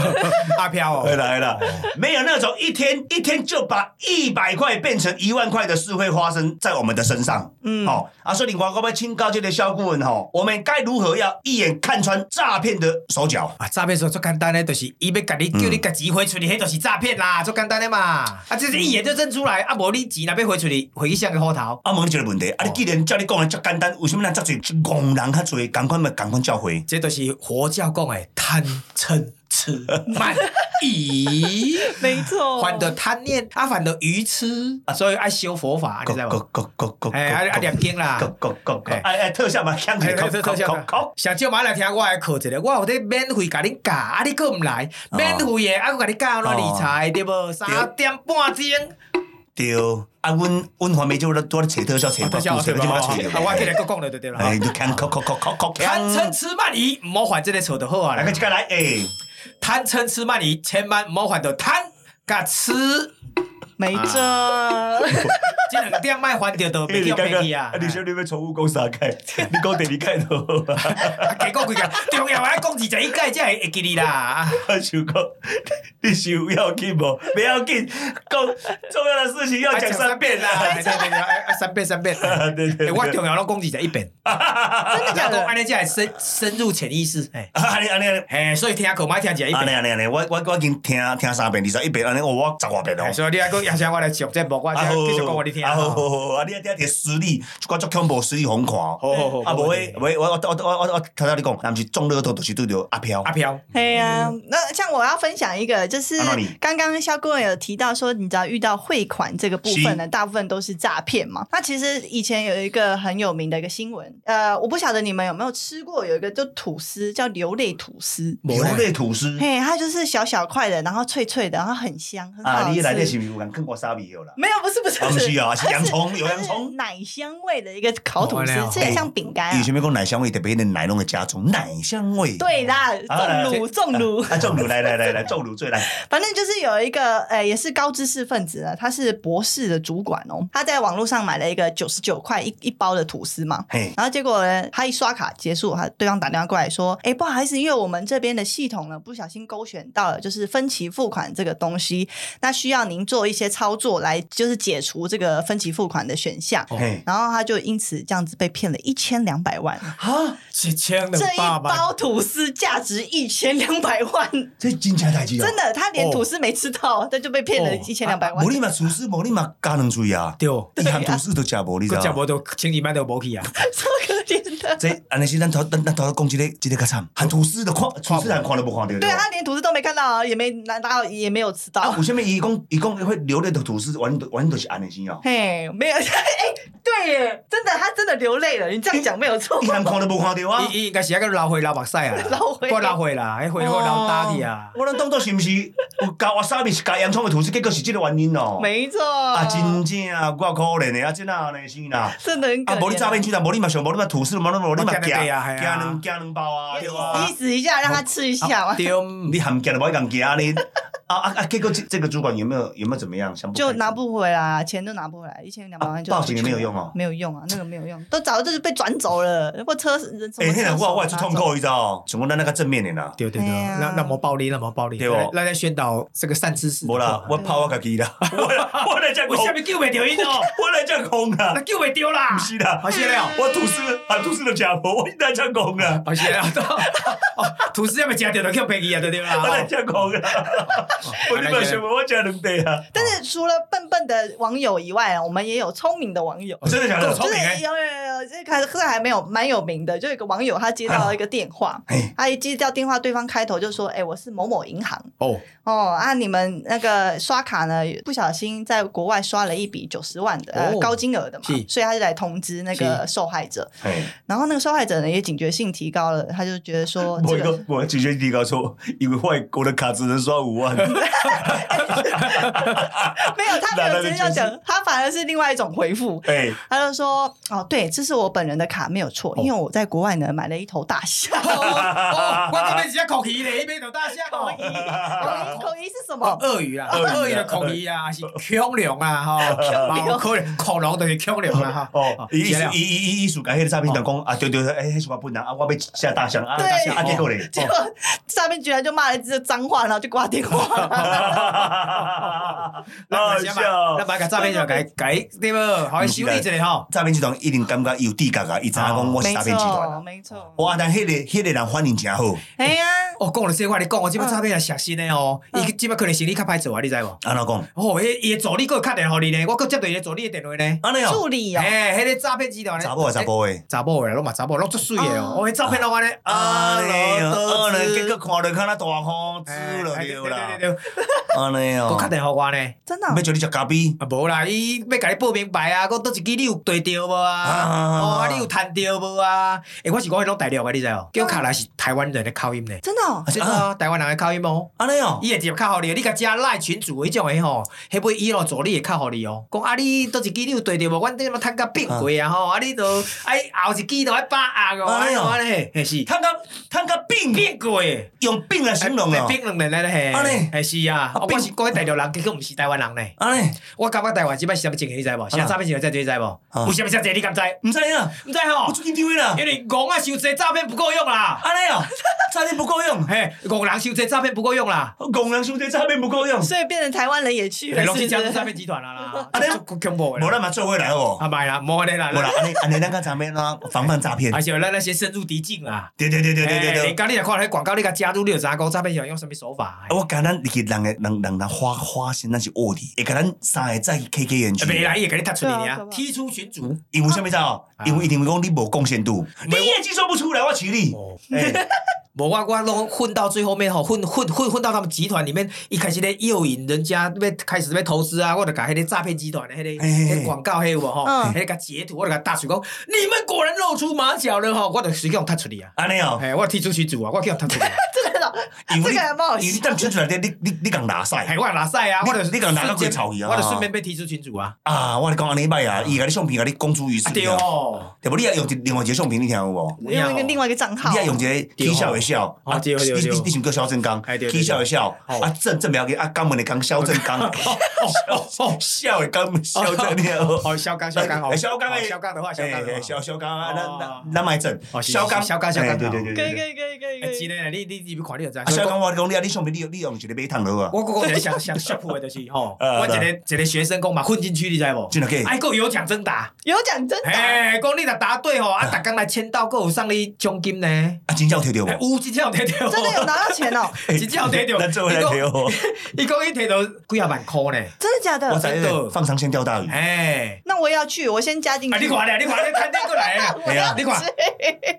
Speaker 3: 阿飘
Speaker 2: 来
Speaker 3: 哦，
Speaker 2: 啦来啦，没有那种一天一天就把一百块变成一万块的事会发生在我们的身上。
Speaker 1: 嗯
Speaker 2: 哦，啊，所以你光光被清高阶的肖顾问吼，我们该如何要一眼看穿诈骗的手脚？
Speaker 3: 啊，诈骗说最简单的，就是伊要甲你叫你甲钱汇出去，迄、就是诈骗啦，最简单的嘛。啊，这是一眼就认出来，啊，无你钱若要汇出去，汇去向个虎头，
Speaker 2: 啊，问你一个问题，
Speaker 3: 哦
Speaker 2: 啊，你既然照你讲的这么简单，为什么咱这侪戆人较侪，赶快咪赶快教会？
Speaker 3: 这就是佛教讲的贪嗔痴慢疑，
Speaker 1: 没错，
Speaker 3: 犯的贪念，啊，犯的愚痴，啊，所以爱修佛法，啊你知道无？
Speaker 2: go go go go！
Speaker 3: 哎，啊啊念经啦。
Speaker 2: go go go go！
Speaker 3: 哎
Speaker 2: 哎哎，特效嘛，香
Speaker 3: 哎
Speaker 2: 起
Speaker 3: 特
Speaker 2: go
Speaker 3: 特特
Speaker 2: go
Speaker 3: 效
Speaker 2: go go！
Speaker 3: 上少嘛来听我来课一个，我有咧免费甲你教，啊你佫毋来，
Speaker 2: 哦
Speaker 3: 免费的啊佫甲你教安怎理财对无？三点半钟，
Speaker 2: 对，啊，阮阮黄梅就咧多咧找特效，找
Speaker 3: 啊
Speaker 2: 不哦
Speaker 3: 笑
Speaker 2: 到，找
Speaker 3: 死我
Speaker 2: 就把
Speaker 3: 啊
Speaker 2: 找
Speaker 3: 我今日佫讲了就对啦。
Speaker 2: 哎，你看 go go go go go！
Speaker 3: 贪嗔痴慢疑，毋好犯即个错就好啊
Speaker 2: 来
Speaker 3: 啦
Speaker 2: 个。这个来，哎，
Speaker 3: 贪嗔痴慢疑，千万毋好犯着贪甲痴，
Speaker 1: 没错，
Speaker 2: 啊
Speaker 3: 即两点莫犯着就袂叫袂去啊。
Speaker 2: 哎你说你要宠物讲三界，你讲第二界都，
Speaker 3: 啊，加讲几个，重要诶，讲二十一届才会会记你啦。啊
Speaker 2: 我想讲，你想要紧无？不要紧，讲重要的事情要
Speaker 3: 啊
Speaker 2: 讲三遍
Speaker 3: 啦，
Speaker 2: 啦。
Speaker 3: 对对对，啊啊三遍三遍。
Speaker 2: 对对
Speaker 3: 欸
Speaker 2: 对，
Speaker 3: 我重要拢讲二十一遍。
Speaker 1: 真的假
Speaker 3: 然后
Speaker 1: 的？
Speaker 3: 安尼才会深深入潜意识，哎、
Speaker 2: 啊，你啊你啊
Speaker 3: 嘿，所以听课莫听一下一
Speaker 2: 你啊你
Speaker 3: 遍，
Speaker 2: 啊你啊你，我我我已经听听三遍，二十一遍，安尼我我十外遍咯
Speaker 3: 哎。所以你还讲也请我来上节目，我再继续讲互你听。
Speaker 2: 啊好好好，啊你啊你啊摕实力，就讲足恐怖实力红看。啊
Speaker 3: 好好好，
Speaker 2: 无
Speaker 3: 没
Speaker 2: 诶，
Speaker 3: 问题
Speaker 2: 无诶，我我我我我我头头你讲，那毋是中乐透就是对着阿飘
Speaker 3: 阿。飘，
Speaker 1: 对呀、那像我要分享一个，就是
Speaker 2: 嗯啊那你
Speaker 1: 刚刚肖顾问有提到说，你只要遇到汇款这个部分呢，
Speaker 2: 是
Speaker 1: 大部分都是诈骗嘛。那其实以前有一个很有名的一个新闻，呃，我不晓得你们有没有吃过，有一个就吐司叫流泪吐司，
Speaker 2: 流泪吐司，
Speaker 1: 嘿，它就是小小块的，然后脆脆的，然后很香，很
Speaker 2: 啊，
Speaker 1: 好
Speaker 2: 你
Speaker 1: 吃。
Speaker 2: 内底是毋是有人更过沙味有啦？
Speaker 1: 没有，不是不是，
Speaker 2: 啊，毋是啊，是洋葱，有
Speaker 1: 它
Speaker 2: 洋
Speaker 1: 是
Speaker 2: 葱。
Speaker 1: 奶香味的一个烤吐司
Speaker 3: 哦那样，
Speaker 1: 这也像饼干、
Speaker 2: 以
Speaker 1: 啊。
Speaker 2: 前面讲奶香味，特别的奶弄的加重，奶香味。
Speaker 1: 对啦，
Speaker 2: 啊
Speaker 1: 重乳重乳，
Speaker 2: 啊，重乳来来来来，重乳最来。
Speaker 1: 反正就是有一个呃，也是高知识分子啊呢，他是博士的主管哦，他在网络上买了一个九十九块一一包的吐司嘛，
Speaker 2: 嘿，
Speaker 1: 然后结果呢，他一刷卡结束，他对方打电话过来说：“哎，不好意思，因为我们这边的系统呢，不小心勾选到了就是分期付款这个东西，那需要您做一些操作来就是解除这个分期付款的选项。
Speaker 3: 哦
Speaker 2: 嘿，
Speaker 1: 然后他就因此这样子被骗了一千两百万，
Speaker 2: 哈，
Speaker 3: 一千
Speaker 1: 这
Speaker 3: 两
Speaker 1: 一
Speaker 3: 百万，
Speaker 1: 包吐司价值一千两百万，
Speaker 2: 这真正代志哦。
Speaker 1: 真的，他连
Speaker 3: 哦
Speaker 1: 吐司没吃到，他就被骗了
Speaker 3: 哦
Speaker 1: 一千两百万
Speaker 2: 无。你嘛厨师，无你嘛加两水啊，
Speaker 3: 对，
Speaker 2: 一含吐司都食无，你知
Speaker 3: 佮食
Speaker 2: 道吗？
Speaker 3: 无到千二万都无去啊，
Speaker 1: 超可怜的。
Speaker 2: 这安尼是咱头咱咱头讲这个这个较惨，含吐司都看，厨师含看都无看到。
Speaker 1: 对啊，他连吐司都没看到啊，也没拿到，也没有吃到。
Speaker 2: 啊，有啥物伊讲伊讲会流泪的吐司，完完都是安尼先哦。
Speaker 1: 嘿，没有，哎、 对耶，真的，他真的流泪了。你这样讲没有错
Speaker 2: 伊。含看都无看到啊，
Speaker 3: 伊伊应该是还佮流血流目屎啊，
Speaker 1: 流血
Speaker 3: 我流血啦，迄血我流大去啊，
Speaker 2: 哦我拢当作是毋是有加我三面是加洋葱的吐司，结果是即个原因哦。
Speaker 1: 没错。
Speaker 2: 啊，真正啊，我可怜的啊，真啊安尼是啦。
Speaker 1: 真的很可
Speaker 2: 啊，
Speaker 1: 怜。
Speaker 2: 无你诈骗去啦，无你嘛上，无你嘛吐司，无你嘛无你嘛
Speaker 3: 我
Speaker 2: 惊，
Speaker 3: 惊
Speaker 2: 惊
Speaker 3: 得啊系啊
Speaker 2: 两惊两包啊，对啊
Speaker 1: 意。思一下，让他吃一下嘛。
Speaker 3: 啊对，
Speaker 2: 你含惊都无敢惊你。啊啊啊！结果这这个主管有没有有没有怎么样？想不开
Speaker 1: 就
Speaker 2: 心
Speaker 1: 拿不回来啊，钱都拿不回来，一千两百万就
Speaker 2: 啊报警也没有用哦
Speaker 1: 没有用啊，那个没有用，都早就是被转走了，或车人什
Speaker 2: 哎，
Speaker 1: 么啊
Speaker 2: 那
Speaker 1: 车
Speaker 2: 个
Speaker 1: 手
Speaker 2: 我我也是
Speaker 1: 拿
Speaker 2: 痛
Speaker 1: 走
Speaker 2: 苦，你知道？想讲咱那个正面的啦，
Speaker 3: 对对对，
Speaker 1: 哎呀
Speaker 3: 那那么暴力，那么暴力，
Speaker 2: 对不
Speaker 3: 那在宣导这个善知识。
Speaker 2: 无啦，我怕我家己啦，我我来遮讲，
Speaker 3: 为什
Speaker 2: 我
Speaker 3: 么救袂着伊哦？
Speaker 2: 来遮讲啦
Speaker 3: 那，救袂着啦
Speaker 2: 不，啊是啦，
Speaker 3: 好谢了。
Speaker 2: 我吐司含吐司都食无，我来遮讲 啦，
Speaker 3: 哦而且啊，哦，吐司要咪食着就叫便宜啊，对不对
Speaker 2: 我来
Speaker 3: 啦？哦
Speaker 2: 遮讲啦，我日本学文，我讲两对啊，
Speaker 1: 但是除了笨笨的网友以外啊，我们也有聪明的网友。
Speaker 2: 真的假
Speaker 3: 这
Speaker 2: 的
Speaker 3: 么？聪
Speaker 1: 就是
Speaker 3: 明欸
Speaker 1: 有有有，这个这还没有蛮有名的，就有一个网友他接到一个电话，
Speaker 2: 哎，
Speaker 1: 他一接到电话，对方开头就说：“哎、我是某某银行
Speaker 3: 哦，
Speaker 1: 哦啊，你们那个刷卡呢，不小心在国外刷了一笔九十万的、呃
Speaker 3: 哦
Speaker 1: 高金额的嘛
Speaker 3: 是，
Speaker 1: 所以他就来通知那个受害者。
Speaker 2: 哎，
Speaker 1: 然后那个受害者呢也警觉性提高了，他就觉得说
Speaker 2: 我
Speaker 1: 哦这
Speaker 2: 一
Speaker 1: 个
Speaker 2: 个我直接提高说，因为外国的卡只能刷啊五万，
Speaker 1: 没有，他没有直接这样讲，他反而是另外一种回复。
Speaker 2: 哎，
Speaker 1: 他就说：“哦，对，这是我本人的卡，没有错，因为
Speaker 2: 哦
Speaker 1: 我在国外呢买了一头大 虾。
Speaker 3: 哦哦，我这边是口鱼嘞，那边有大象
Speaker 1: 口
Speaker 3: 哦。
Speaker 1: 音，口音是什
Speaker 3: 哦
Speaker 1: 么，？
Speaker 3: 鳄鱼啦，
Speaker 2: 鳄鱼啊
Speaker 3: 鳄鱼的孔鱼啊，还是恐龙啊，哈，毛恐龙恐龙就是恐龙啦，哈。
Speaker 2: 哦，伊
Speaker 3: 是
Speaker 2: 伊伊伊术甲迄个诈骗人讲啊，对对对，哎，迄是我本人啊，我要下大象啊，
Speaker 1: 对
Speaker 2: 大象啊，结果咧，
Speaker 1: 结果上面居然就骂了一句脏话，然后就挂电话了。
Speaker 2: 好
Speaker 3: 那
Speaker 2: 笑。
Speaker 3: 把个诈骗就改改对不？好，修理一下哈。
Speaker 2: 诈骗集团一定感觉伊有地格啊，伊知影讲我是
Speaker 1: 没
Speaker 2: 诈骗集团
Speaker 1: 错，
Speaker 2: 啊。
Speaker 1: 没错。
Speaker 2: 哇，但迄个迄个人反应真好，
Speaker 1: 哎呀，
Speaker 3: 哦，讲了这话，你讲我即摆诈骗也小心的哦，伊即摆可能生意较歹做啊，你知无？
Speaker 2: 安怎讲？
Speaker 3: 哦，迄伊的助理佫打电话你呢，我佫接到伊的助理的电话呢。
Speaker 2: 安尼哦，
Speaker 1: 助理哦，
Speaker 3: 哎，迄个诈骗集团呢？
Speaker 2: 查甫啊查？甫诶，
Speaker 3: 查某诶，拢嘛查某，拢足水诶哦。哦，迄诈骗拢安尼，
Speaker 2: 安尼哦，安尼结果
Speaker 3: 个
Speaker 2: 看着看那大风子了对啦
Speaker 3: 对，对对，
Speaker 2: 安尼
Speaker 3: 佫打
Speaker 2: 哦，
Speaker 3: 电话我呢。
Speaker 1: 真的哦
Speaker 2: 要叫你食咖啡，
Speaker 3: 啊，无啦，伊要甲你报名牌啊，讲倒一支你有对着无
Speaker 2: 啊
Speaker 3: 啊？哦，啊，你有趁着无啊？诶，我是讲迄种大陆诶，你知无？叫卡来是台湾人的口音呢，
Speaker 1: 真的哦，
Speaker 3: 真的啊，台湾人的口音哦。
Speaker 2: 安尼哦，
Speaker 3: 伊会直接较互你，你甲加赖群主迄种诶吼，迄尾伊咯助理会较互你哦。讲啊，你倒一支你有对着无？阮顶拢趁甲变过啊吼，啊你都哎后一支都爱把握哦，
Speaker 2: 哎呦
Speaker 3: 哎呦，安尼嘿是
Speaker 2: 趁甲趁甲病，
Speaker 3: 变过诶。
Speaker 2: 用病来形容哦，
Speaker 3: 变两年来咧嘿，
Speaker 2: 安尼
Speaker 3: 嘿是啊，
Speaker 2: 啊
Speaker 3: 我是讲迄大陆人，结果毋是台湾人呢。
Speaker 2: 安尼，
Speaker 3: 我感觉台湾即摆是啥物情形，你知无？啥诈骗集团在做，你知
Speaker 2: 啊
Speaker 3: 无？有啥物遮济，你敢知？
Speaker 2: 毋知影，
Speaker 3: 毋知吼
Speaker 2: 我，最近丢啦
Speaker 3: 因，为戆啊收济诈骗不够用啦，
Speaker 2: 安尼哦，诈骗不够用。
Speaker 3: 嘿，戆人收济诈骗不够用啦，哎
Speaker 2: 戆人兄弟诈骗不够用，
Speaker 1: 所以变成台湾人也去了，
Speaker 3: 嘿，
Speaker 1: 是
Speaker 3: 拢
Speaker 1: 不
Speaker 3: 是
Speaker 1: 是？
Speaker 3: 加入诈骗集团啦啦，
Speaker 2: 啊你
Speaker 3: 足恐怖的
Speaker 2: 无
Speaker 3: 啦，
Speaker 2: 咱嘛做回来好无？
Speaker 3: 啊卖啦，无安尼啦
Speaker 2: 无， 啦，安尼安尼，咱看咱要哪防范诈骗
Speaker 3: 而？且咱咱先深入敌境啦。
Speaker 2: 对对对对对对
Speaker 3: 嘿
Speaker 2: 对
Speaker 3: 你。讲你若看迄广告，你甲加入，你就知影讲诈骗集团用啥物手法
Speaker 2: 啊。我讲咱入去人诶，人人人花花心，咱是恶的，会甲咱三个再去 KK 园区
Speaker 3: 啊。袂啦，伊会甲你踢出去
Speaker 1: 对啊可
Speaker 3: 尔，
Speaker 1: 怕
Speaker 3: 踢出群组。
Speaker 2: 因为啥物知道？
Speaker 3: 啊
Speaker 2: 因为一定会讲你无贡献度，你业绩做不出来，我请你。
Speaker 3: 哦
Speaker 2: 哎
Speaker 3: 无我我拢混到最后面吼，混混混混到他们集团里面，一开始咧诱引人家要开始要投资啊，我就甲迄个诈骗集团的迄、个
Speaker 2: 嘿嘿嘿
Speaker 3: 迄个广告迄有无吼，
Speaker 1: 嗯
Speaker 3: 迄个甲截图，我就甲大嘴讲，你们果然露出马脚了吼，我就随叫踢出去啊，
Speaker 2: 安尼哦，
Speaker 3: 嘿，我踢出群主啊，我叫踢出去啊，
Speaker 1: 这个
Speaker 2: 因
Speaker 3: 哎
Speaker 1: 这
Speaker 2: 为
Speaker 1: 个还蛮好
Speaker 2: 你因为你
Speaker 1: 笑。
Speaker 2: 当群主来，你你你你共打
Speaker 3: 嘿，
Speaker 2: 晒
Speaker 3: 我拉塞啊，
Speaker 2: 你
Speaker 3: 我就
Speaker 2: 你跟人拿到
Speaker 3: 瞬
Speaker 2: 鬼
Speaker 3: 间
Speaker 2: 草鱼啊
Speaker 3: 我就顺便被踢出群主啊，
Speaker 2: 啊！我跟你讲安尼歹啊，伊甲你相片甲你公诸于世
Speaker 3: 啊，对哦，
Speaker 2: 对无？你也用一另外一个相片，你听有无？
Speaker 1: 我用一个另外一个账号
Speaker 2: 你，要用一个啼笑的笑，
Speaker 3: 哦对对
Speaker 2: 你
Speaker 3: 对
Speaker 2: 你你想叫萧正刚，
Speaker 3: 哎对对
Speaker 2: 啼笑的笑，
Speaker 3: 对
Speaker 2: 啊正正不要紧，啊肛门的肛，萧正 刚，
Speaker 3: 哦哦
Speaker 2: 笑的肛，萧正了。
Speaker 3: 哦，肖刚肖刚好，
Speaker 2: 哎萧刚
Speaker 3: 哦
Speaker 2: 哎
Speaker 3: 肖刚的话，肖刚的
Speaker 2: 哎
Speaker 3: 话，
Speaker 2: 萧萧刚啊，
Speaker 3: 哦
Speaker 2: 咱咱咱卖正
Speaker 3: 哦，是
Speaker 2: 萧刚，
Speaker 3: 是萧刚萧刚
Speaker 2: 哎对对对
Speaker 1: 可以
Speaker 2: 对
Speaker 1: 可
Speaker 2: 对。
Speaker 1: 以可以可以
Speaker 3: 哎，
Speaker 1: 可
Speaker 3: 真
Speaker 1: 以。
Speaker 3: 的，你你你不看你就知道
Speaker 2: 啊，。萧刚，我讲你啊，你上面你你用一个马桶落啊，
Speaker 3: 我我讲一个上上上铺的就是 吼，
Speaker 2: 呃
Speaker 3: 我一个一个学生讲嘛混进去，你知无？
Speaker 2: 真的假的
Speaker 3: 哎，够有奖征答，
Speaker 1: 有奖真的，
Speaker 3: 哎，讲你若答对吼， 啊，逐工来签到，够有送你奖金呢。
Speaker 2: 啊真正有摕到
Speaker 3: 哎
Speaker 2: 无？
Speaker 3: 有真正有摕到，
Speaker 1: 真的有拿到钱 哦，
Speaker 2: 哎
Speaker 3: 真正有摕到
Speaker 2: 咱做回来
Speaker 3: 你讲
Speaker 2: 摕哦。
Speaker 3: 伊讲伊摕到几啊万箍呢。
Speaker 1: 真的假
Speaker 2: 我
Speaker 1: 的？
Speaker 2: 在
Speaker 3: 真的
Speaker 2: 放长线钓大鱼，
Speaker 3: 哎，
Speaker 1: 那我也要去，我先加进
Speaker 3: 啊，
Speaker 1: 去。
Speaker 3: 你看咧，你看咧，摊店过来啊，
Speaker 1: 嗯 我要
Speaker 3: 你看
Speaker 1: 去，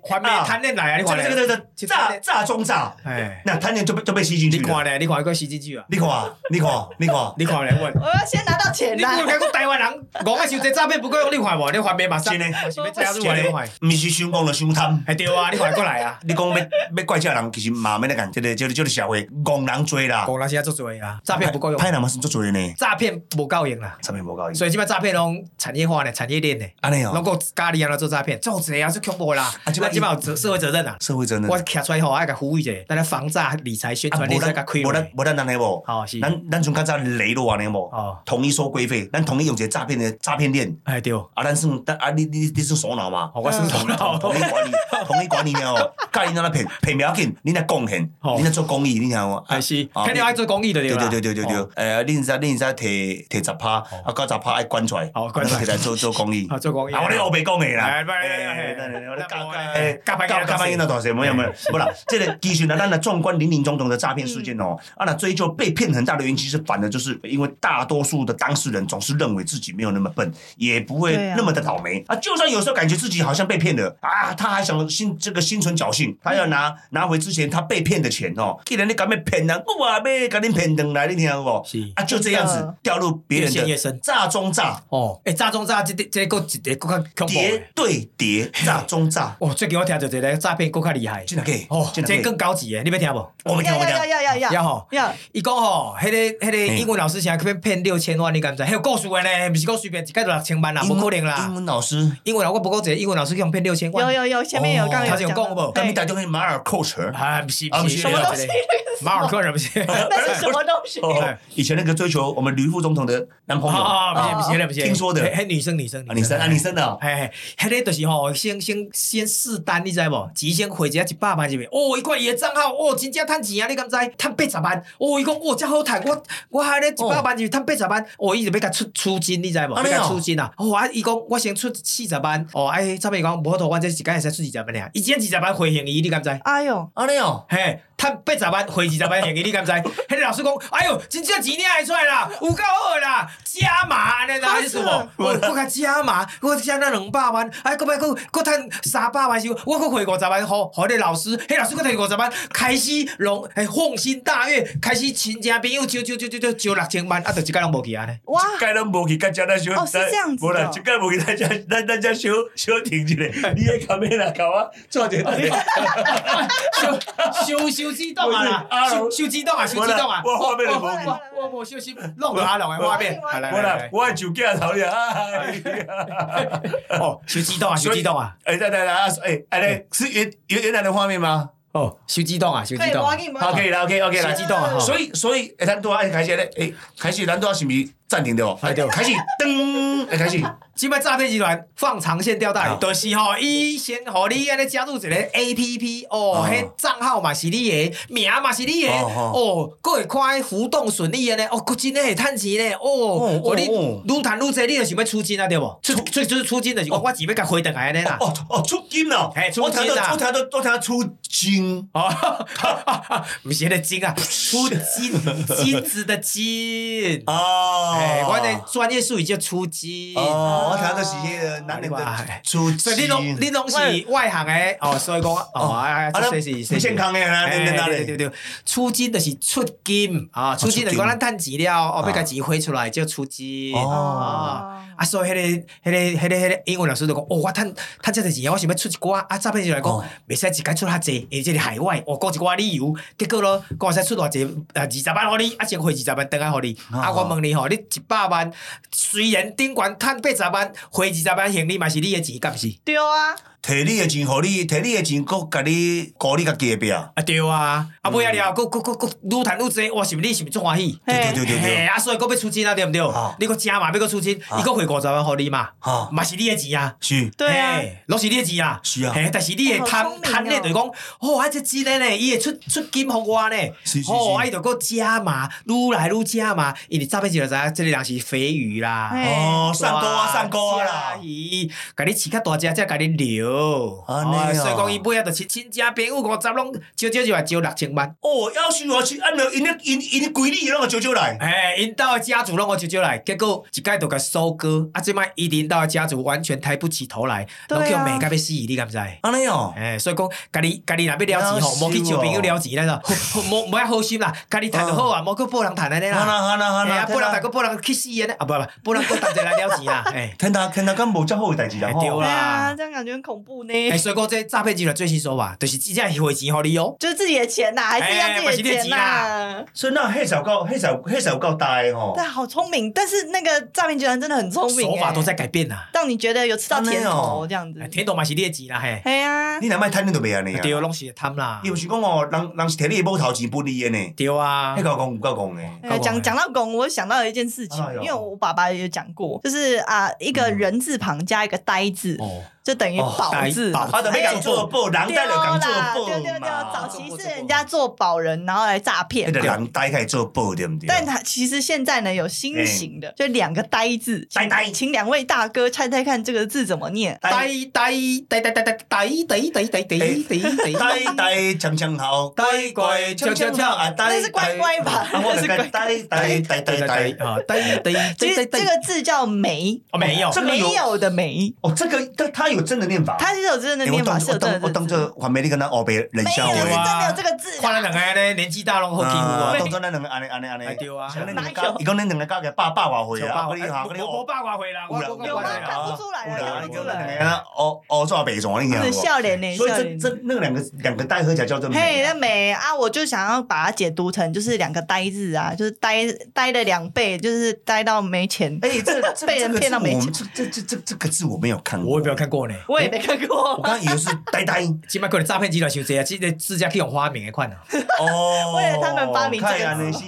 Speaker 3: 还没摊店来啊，你
Speaker 2: 这
Speaker 3: 看
Speaker 2: 个
Speaker 3: 咧，
Speaker 2: 这个这个炸炸中炸，
Speaker 3: 哎，
Speaker 2: 那贪念就被就被吸进
Speaker 3: 你
Speaker 2: 去
Speaker 3: 看
Speaker 2: 了。
Speaker 3: 咧，你看伊个洗进去啊，
Speaker 2: 你看，你看，你看，
Speaker 3: 你看咧， 我。
Speaker 1: 我要先拿到钱
Speaker 3: 你
Speaker 1: 啦。
Speaker 3: 看讲台湾人，戆啊，收这诈骗不够用，你看无？你还没马上，
Speaker 2: 真的
Speaker 3: 我是要加入啊，你看。
Speaker 2: 毋是想讲就想贪。
Speaker 3: 哎，对啊，你快过来 啊！
Speaker 2: 你讲要要怪这人，其实嘛免得干，这个这个这个社会戆人多啦，
Speaker 3: 讲人现在做多啊，诈骗不够用，
Speaker 2: 歹人嘛是足多呢，
Speaker 3: 诈骗不够用啦。
Speaker 2: 啥物无够用。
Speaker 3: 所以即摆诈骗拢产业化呢，产业链呢，
Speaker 2: 安尼
Speaker 3: 拢
Speaker 2: 哦，
Speaker 3: 够家里安怎做诈骗，做贼啊，做恐怖啦。
Speaker 2: 啊这
Speaker 3: 啊，
Speaker 2: 嗯
Speaker 3: 即
Speaker 2: 摆
Speaker 3: 摆即摆有责社会责任啊。
Speaker 2: 社会责任。啊
Speaker 3: 我徛出来吼，爱甲呼吁者，咱来防诈理财宣传，你再甲开
Speaker 2: 无咱
Speaker 3: 门。
Speaker 2: 无咱安尼无，
Speaker 3: 哦，是。
Speaker 2: 咱咱从较早雷落安尼无，
Speaker 3: 哦，
Speaker 2: 统一收规费，咱统一用一个诈骗的诈骗链，
Speaker 3: 哎对，哦，
Speaker 2: 啊，咱算咱啊，你你你算首脑嘛。
Speaker 3: 我是头脑。
Speaker 2: 统一 管理，统一管理了哦，教因那骗骗不要紧，你那贡献，你那做公益，你听无？
Speaker 3: 哦哎是，
Speaker 2: 啊
Speaker 3: 肯定爱做公益的
Speaker 2: 对
Speaker 3: 啦。
Speaker 2: 对对对对对
Speaker 3: 哦。，
Speaker 2: 诶，恁使恁使摕摕十趴，啊，九十趴爱关出来，
Speaker 3: 好，哦关
Speaker 2: 摕
Speaker 3: 来。
Speaker 2: 来做做公 益。
Speaker 3: 啊，做公益。
Speaker 2: 啊，我咧后白讲诶啦，
Speaker 3: 哎不然
Speaker 2: 哎
Speaker 3: 哎哎
Speaker 2: 等下
Speaker 3: 哎
Speaker 2: 我咧教
Speaker 3: 那
Speaker 2: 教
Speaker 3: 无
Speaker 2: 诶
Speaker 3: 教
Speaker 2: 教
Speaker 3: 教
Speaker 2: 教
Speaker 3: 教
Speaker 2: 班囡仔大细，无有无有，无啦，即个资讯啊，咱来纵观林林总总的诈骗事件哦，啊，那追究被骗很大的原因，其实反而就是因为大多数的当事人总是认为自己没有那么笨，也不会
Speaker 1: 对啊
Speaker 2: 那么的倒霉啊。就算有时候感觉自己好像被骗了啊，他还想心这个心存侥幸，他要
Speaker 1: 嗯
Speaker 2: 拿拿回之前他被骗的钱哦。既然你敢被骗人，我也要敢你骗回来，你听有无？
Speaker 3: 是
Speaker 2: 啊，就这样
Speaker 1: 真
Speaker 2: 子
Speaker 1: 的
Speaker 2: 掉入别人
Speaker 3: 越陷越
Speaker 2: 的
Speaker 3: 深
Speaker 2: 诈中诈，
Speaker 3: 哦，诶，诈中诈，这这个一个更加恐怖的
Speaker 2: 叠。对叠，诈中诈。
Speaker 3: 哦，最近我听到一个诈骗更加厉害。
Speaker 2: 进来可以
Speaker 3: 哦，
Speaker 2: 进来可以
Speaker 3: 这更高级诶，你要听无？
Speaker 2: 我们听，
Speaker 1: 要
Speaker 2: 我们听
Speaker 1: 要。要要要
Speaker 3: 要吼
Speaker 1: 要，
Speaker 3: 伊讲吼，迄个迄个英文老师啥去骗骗六千万，你敢知？迄有故事诶呢，毋是讲随便一届就六千万啦，无可能
Speaker 2: 英
Speaker 3: 啦。
Speaker 2: 文老师，
Speaker 3: 英文老我无过一个英文老师去互骗六千万。
Speaker 1: 有有有，前面有
Speaker 3: 哦
Speaker 1: 刚刚
Speaker 3: 他
Speaker 1: 有
Speaker 3: 是有
Speaker 1: 讲
Speaker 3: 讲过
Speaker 1: 到
Speaker 3: 无
Speaker 2: 那
Speaker 1: 对
Speaker 2: 你打电话给马尔寇城。
Speaker 3: 啊，不是
Speaker 2: 啊
Speaker 3: 不
Speaker 2: 不
Speaker 3: 是，
Speaker 2: 是
Speaker 1: 什么东西？
Speaker 3: 马尔克人不是？
Speaker 1: 那是什么东西？
Speaker 2: 哦，以前那个追求我们吕副总统的男朋友啊，
Speaker 3: 啊，不是不是不是，
Speaker 2: 听说的
Speaker 3: 迄女生女生
Speaker 2: 你生啊，你生的哦，
Speaker 3: 嘿，嘿，迄个就是吼，先先先试单，你知无？钱先汇一下一百万入去，哦，伊看伊的账号，哦，真正趁钱啊！你敢知？趁八十万，哦，伊讲哦，遮好趁，我我迄个一百万入去趁八十万，哦，伊就要甲出出金，你知无？
Speaker 2: 啊
Speaker 3: 要甲
Speaker 2: 你哦
Speaker 3: 出金啊！哦，啊，伊讲我先出四十万，哦，哎，差不多讲无头，我这一间会使出二十万尔，伊只二十万回现伊，你敢知？
Speaker 1: 哎呦，
Speaker 2: 啊你哦，
Speaker 3: 嘿，趁八十万回二十万现金，你敢知？迄个老师讲，哎哟，真正钱领会出来啦，有够好啦，加码安尼啦，
Speaker 1: 好
Speaker 3: 还是什
Speaker 1: 死
Speaker 3: 么
Speaker 1: 了？
Speaker 3: 我我甲加码，我加那两百万，哎，搁摆搁搁趁三百万时候，我搁回五十万，互互迄老师，迄老师搁摕五十万，开始拢哎放心大悦，开始亲戚朋友招招招招招招六千万，啊，就一个人无去安尼。
Speaker 1: 哇，
Speaker 2: 盖伦无去大家那修，
Speaker 1: 哦是这样子的
Speaker 2: 不啦，就盖无去大家咱咱家修修停一下，你也搞咩啦，搞啊，做点做点，
Speaker 3: 收收收激动啊啦
Speaker 2: 不是阿，
Speaker 3: 收
Speaker 2: 龙
Speaker 3: 收激动啊，收
Speaker 2: 我
Speaker 3: 激
Speaker 2: 啦
Speaker 3: 动啊！
Speaker 2: 我画面就
Speaker 3: 我
Speaker 2: 无去
Speaker 3: 我我我无小心弄到阿龙的画面，
Speaker 1: 我
Speaker 3: 来来
Speaker 2: 我
Speaker 3: 来
Speaker 2: 啦
Speaker 3: 来，，
Speaker 2: 我酒驾头了，哎
Speaker 3: 哦，收激动啊，收激动啊！
Speaker 2: 哎，再来来啊，哎，哎嘞，是原原原来的画面吗？
Speaker 3: 哦，收激动啊，收
Speaker 1: 可
Speaker 3: 激
Speaker 1: 以，
Speaker 3: 动
Speaker 1: 我
Speaker 3: 啊
Speaker 1: 要！给你们
Speaker 2: 好，可以了，OK OK
Speaker 3: 收
Speaker 2: 了，
Speaker 3: 激动啊！
Speaker 2: 所
Speaker 3: 以
Speaker 2: 以，所以，哎诶，咱都爱啊开始咧，诶，开始咱都要是不是暂停的哦？
Speaker 3: 哎对
Speaker 2: 开始噔，哎诶，开始，
Speaker 3: 即摆诈骗集团放长线钓大鱼
Speaker 2: 好，
Speaker 3: 就是吼，伊先互你安尼加入一个 A P P，哦
Speaker 2: 哦，
Speaker 3: 迄账号嘛是你的，名嘛是你的，
Speaker 2: 哦
Speaker 3: 哦，佫会看迄浮动顺利安尼，哦，佫真诶会趁钱咧，哦
Speaker 2: 哦，
Speaker 3: 哦，你
Speaker 2: 哦
Speaker 3: 愈趁愈济，你就想要出金啊，对无？出出出出金就是讲我钱要甲回转来安尼啦。
Speaker 2: 哦哦，出金了，
Speaker 3: 嘿出
Speaker 2: 我听
Speaker 3: 金啦啊
Speaker 2: 到，我听到，我听到出金，
Speaker 3: 哦，毋是迄个金啊，出金金子的金。
Speaker 2: 哦，
Speaker 3: 哎，我的专业术语叫出金。
Speaker 2: 哦，我听到是那个男人
Speaker 3: 哎哇
Speaker 2: 的出金，
Speaker 3: 所以你拢你拢是
Speaker 1: 喂
Speaker 3: 外行诶，哦，所以讲哦，啊，
Speaker 2: 啊
Speaker 3: 这是
Speaker 2: 不健康的啊
Speaker 3: 哎
Speaker 2: 你在哪里
Speaker 3: 对对对，对出金就是出金啊，出金就是
Speaker 2: 出
Speaker 3: 讲
Speaker 2: 金
Speaker 3: 咱趁钱了，哦，要甲钱汇出来叫出金。
Speaker 2: 哦
Speaker 3: 啊啊，所以迄个、迄个、迄个、迄个英文老师就讲，哦，我趁趁遮多钱，我想要出一寡啊，诈骗就来讲
Speaker 2: 哦，
Speaker 3: 袂使一概出较济，而且是海外，我讲一寡理由，结果咯，讲会使出偌济，啊，二十万互你，啊，先汇二十万转来互你，
Speaker 2: 哦
Speaker 3: 啊，我问你吼，你一百万，虽然顶悬趁八十万，汇二十万行李嘛是你的钱，敢毋是？
Speaker 1: 丢啊！
Speaker 2: 摕你的钱，互你，摕你的钱，搁甲你，顾你家己的病，
Speaker 3: 啊，对啊，啊，
Speaker 2: 嗯
Speaker 3: 尾啊了，佫佫佫佫愈趁愈济，哇，是毋是你是毋是足欢喜？
Speaker 2: 对
Speaker 1: 嘿
Speaker 2: 对对对
Speaker 3: 嘿
Speaker 2: 对，
Speaker 3: 啊，所以佫要出钱啊，对毋对
Speaker 2: 哦？
Speaker 3: 你佫加嘛，要佫出钱，
Speaker 2: 哦
Speaker 3: 伊佫汇五十万互你嘛，
Speaker 2: 哈，
Speaker 3: 嘛是你的钱啊。
Speaker 2: 哦是，
Speaker 1: 对啊，
Speaker 3: 嘿，拢是你的钱啊，
Speaker 2: 是啊
Speaker 3: 嘿，但是你会
Speaker 1: 哦
Speaker 3: 贪
Speaker 1: 好聪明
Speaker 3: 贪咧，
Speaker 1: 哦
Speaker 3: 就是讲，哦，啊，这钱咧呢，伊会出出金互我呢
Speaker 2: 是是，是
Speaker 3: 哦，啊，伊就搁加嘛，愈来愈加嘛，因为诈骗集团知影，即个人是肥鱼啦，
Speaker 1: 嘿
Speaker 2: 哦，上钩啊，上钩啊啦
Speaker 3: 啦，，鱼，甲你饲较大只，才甲你留，
Speaker 2: 安尼
Speaker 3: 哦
Speaker 2: 哦
Speaker 3: 所以讲伊尾仔就是亲戚朋友五十拢少少就话招六千万，
Speaker 2: 哦，要是我去，按照因的因因的规律，让我招招来。
Speaker 3: 嘿，哎因兜的家族拢我招招来，结果一届就甲收割，啊，即摆伊因兜的家族完全抬不起头来，
Speaker 1: 对啊
Speaker 3: 拢叫骂甲要死，你敢知？
Speaker 2: 安尼哦，
Speaker 3: 哎，所以讲，家己家己若要了钱
Speaker 2: 夭
Speaker 3: 吼，
Speaker 2: 寿
Speaker 3: 无去招朋友了钱咱就无无遐好心啦，家己趁就好啊，无去报人趁安尼
Speaker 2: 好
Speaker 3: 啦，
Speaker 2: 啦好啦好啊
Speaker 3: 哎
Speaker 2: 啦，
Speaker 3: 呀，报人趁个报人去死安尼，啊不不，报人个趁者来了钱啦，哎，
Speaker 2: 天哪，天哪，敢无遮好诶代志啦
Speaker 3: 哎
Speaker 2: 吼！
Speaker 3: 对
Speaker 1: 对
Speaker 3: 啦
Speaker 1: 啊，这样感觉很恐怖呢。
Speaker 3: 哎，所以讲这诈骗集团最新手法，就是直接汇钱互你哦，
Speaker 1: 就是自己的钱呐，还是
Speaker 3: 哎
Speaker 1: 要自己的钱
Speaker 3: 把
Speaker 1: 呐。
Speaker 2: 所以那黑手够黑手黑手够大诶吼
Speaker 1: 对，，好聪明，但是那个诈骗集团真的很聪明，嗯
Speaker 3: 手法
Speaker 1: 哎
Speaker 3: 都在改变呐，
Speaker 1: 让你觉得有吃到甜头
Speaker 2: 啊那样哦
Speaker 1: 这样子
Speaker 3: 哎。甜头嘛是你的钱啦嘿，
Speaker 1: 哎呀
Speaker 2: 你，若卖趁你就袂安尼
Speaker 3: 对，
Speaker 2: 啊！
Speaker 3: 拢是贪啦
Speaker 2: 伊，毋是讲哦，人人是摕你诶某头钱分你诶呢，
Speaker 3: 对啊
Speaker 2: 迄，个讲有够讲诶。
Speaker 1: 哎讲讲到拱，我想到一件事情
Speaker 2: 哎，呦
Speaker 1: 因为我爸爸也有讲过，就是啊，一个人字旁加一个呆字，
Speaker 3: 哦，
Speaker 1: 就等于
Speaker 2: 哦
Speaker 1: 保
Speaker 3: 打
Speaker 1: 字。
Speaker 3: 保
Speaker 2: 他的没敢做报，人
Speaker 1: 对
Speaker 2: 带了敢
Speaker 1: 啦，
Speaker 2: 做
Speaker 1: 对对对，
Speaker 2: 报
Speaker 1: 早
Speaker 2: 嘛，
Speaker 1: 期是人家做保人，然后来诈
Speaker 2: 那
Speaker 1: 骗
Speaker 2: 个
Speaker 1: 嘛。
Speaker 2: 人带开做报对不对？
Speaker 1: 但他其实现在呢有
Speaker 2: 哎
Speaker 1: 新型的，就两个“呆”字，
Speaker 2: 呆呆
Speaker 1: 请请两位大哥猜猜看这个字怎么念？
Speaker 3: 呆呆呆呆呆呆呆呆呆呆呆呆呆。
Speaker 2: 呆呆强强好，
Speaker 3: 呆乖
Speaker 2: 强强
Speaker 3: 强强
Speaker 2: 好
Speaker 3: 好
Speaker 2: 啊，呆
Speaker 1: 那是乖乖吧？
Speaker 2: 啊我
Speaker 1: 那
Speaker 2: 那
Speaker 1: 是
Speaker 2: 个
Speaker 1: 乖。
Speaker 2: 呆呆呆
Speaker 3: 呆
Speaker 2: 呆
Speaker 3: 呆
Speaker 2: 呆。
Speaker 3: 啊，呆呆
Speaker 1: 其实
Speaker 3: 呆呆
Speaker 1: 这个字叫“梅
Speaker 3: 哦没有”，
Speaker 2: 这个
Speaker 1: 没
Speaker 2: 有
Speaker 1: 有的“梅
Speaker 2: 哦，这个它它有真的念法，”，
Speaker 1: 它是有真的
Speaker 2: 欸我
Speaker 1: 念
Speaker 2: 当
Speaker 1: 法，是
Speaker 2: 我
Speaker 1: 有真
Speaker 2: 当
Speaker 1: 的
Speaker 2: 我当
Speaker 1: 字
Speaker 2: 这黄梅你跟他哦别冷
Speaker 1: 没
Speaker 2: 笑
Speaker 1: 有，
Speaker 2: 话
Speaker 1: 是真
Speaker 3: 有啊
Speaker 1: 的有这个字
Speaker 3: 看
Speaker 1: 啦。
Speaker 3: 咱两个咧年纪大拢好记
Speaker 2: 啊，当
Speaker 3: 有
Speaker 2: 作咱两个安尼安尼安尼
Speaker 3: 哎，对啊
Speaker 2: 像恁两个
Speaker 1: 哪有
Speaker 2: 伊讲恁两个加起来百百外岁
Speaker 3: 有
Speaker 2: 啊，
Speaker 3: 八
Speaker 2: 我跟你讲，我跟你讲
Speaker 3: 我我
Speaker 2: 哦，
Speaker 3: 八卦回啦，我我
Speaker 1: 有吗？
Speaker 2: 啊
Speaker 1: 看不出来
Speaker 2: 有
Speaker 1: 了，
Speaker 2: 啦
Speaker 1: 看
Speaker 2: 你
Speaker 1: 不出
Speaker 2: 讲咱两
Speaker 1: 来啊
Speaker 2: 个。
Speaker 3: 哎
Speaker 2: 安尼哦哦抓白种，你听
Speaker 1: 是
Speaker 2: 无？
Speaker 1: 笑脸呢，
Speaker 2: 所以
Speaker 1: 笑
Speaker 2: 这
Speaker 1: 脸。
Speaker 2: 这那两个两个带合起来叫做
Speaker 1: 哎嘿，
Speaker 2: 美
Speaker 1: 那
Speaker 2: 啊，
Speaker 1: 美啊，我就想要把它解读成就是两个呆字啊，就是呆呆了两倍，就是呆到没钱。
Speaker 2: 哎，这这这
Speaker 1: 被人
Speaker 2: 这个
Speaker 1: 骗到
Speaker 2: 字
Speaker 1: 没
Speaker 2: 我
Speaker 1: 钱
Speaker 2: 们这这这这这个字我没有看过，
Speaker 3: 我也没有，看过呢。
Speaker 1: 我也没看过
Speaker 2: 我，刚以为是呆呆
Speaker 3: 起码可能诈骗集团收这啊，这个自家去用花名的款啊。
Speaker 2: 哦，
Speaker 1: 为了他们发明这个
Speaker 2: 看
Speaker 1: 字
Speaker 2: 来呢是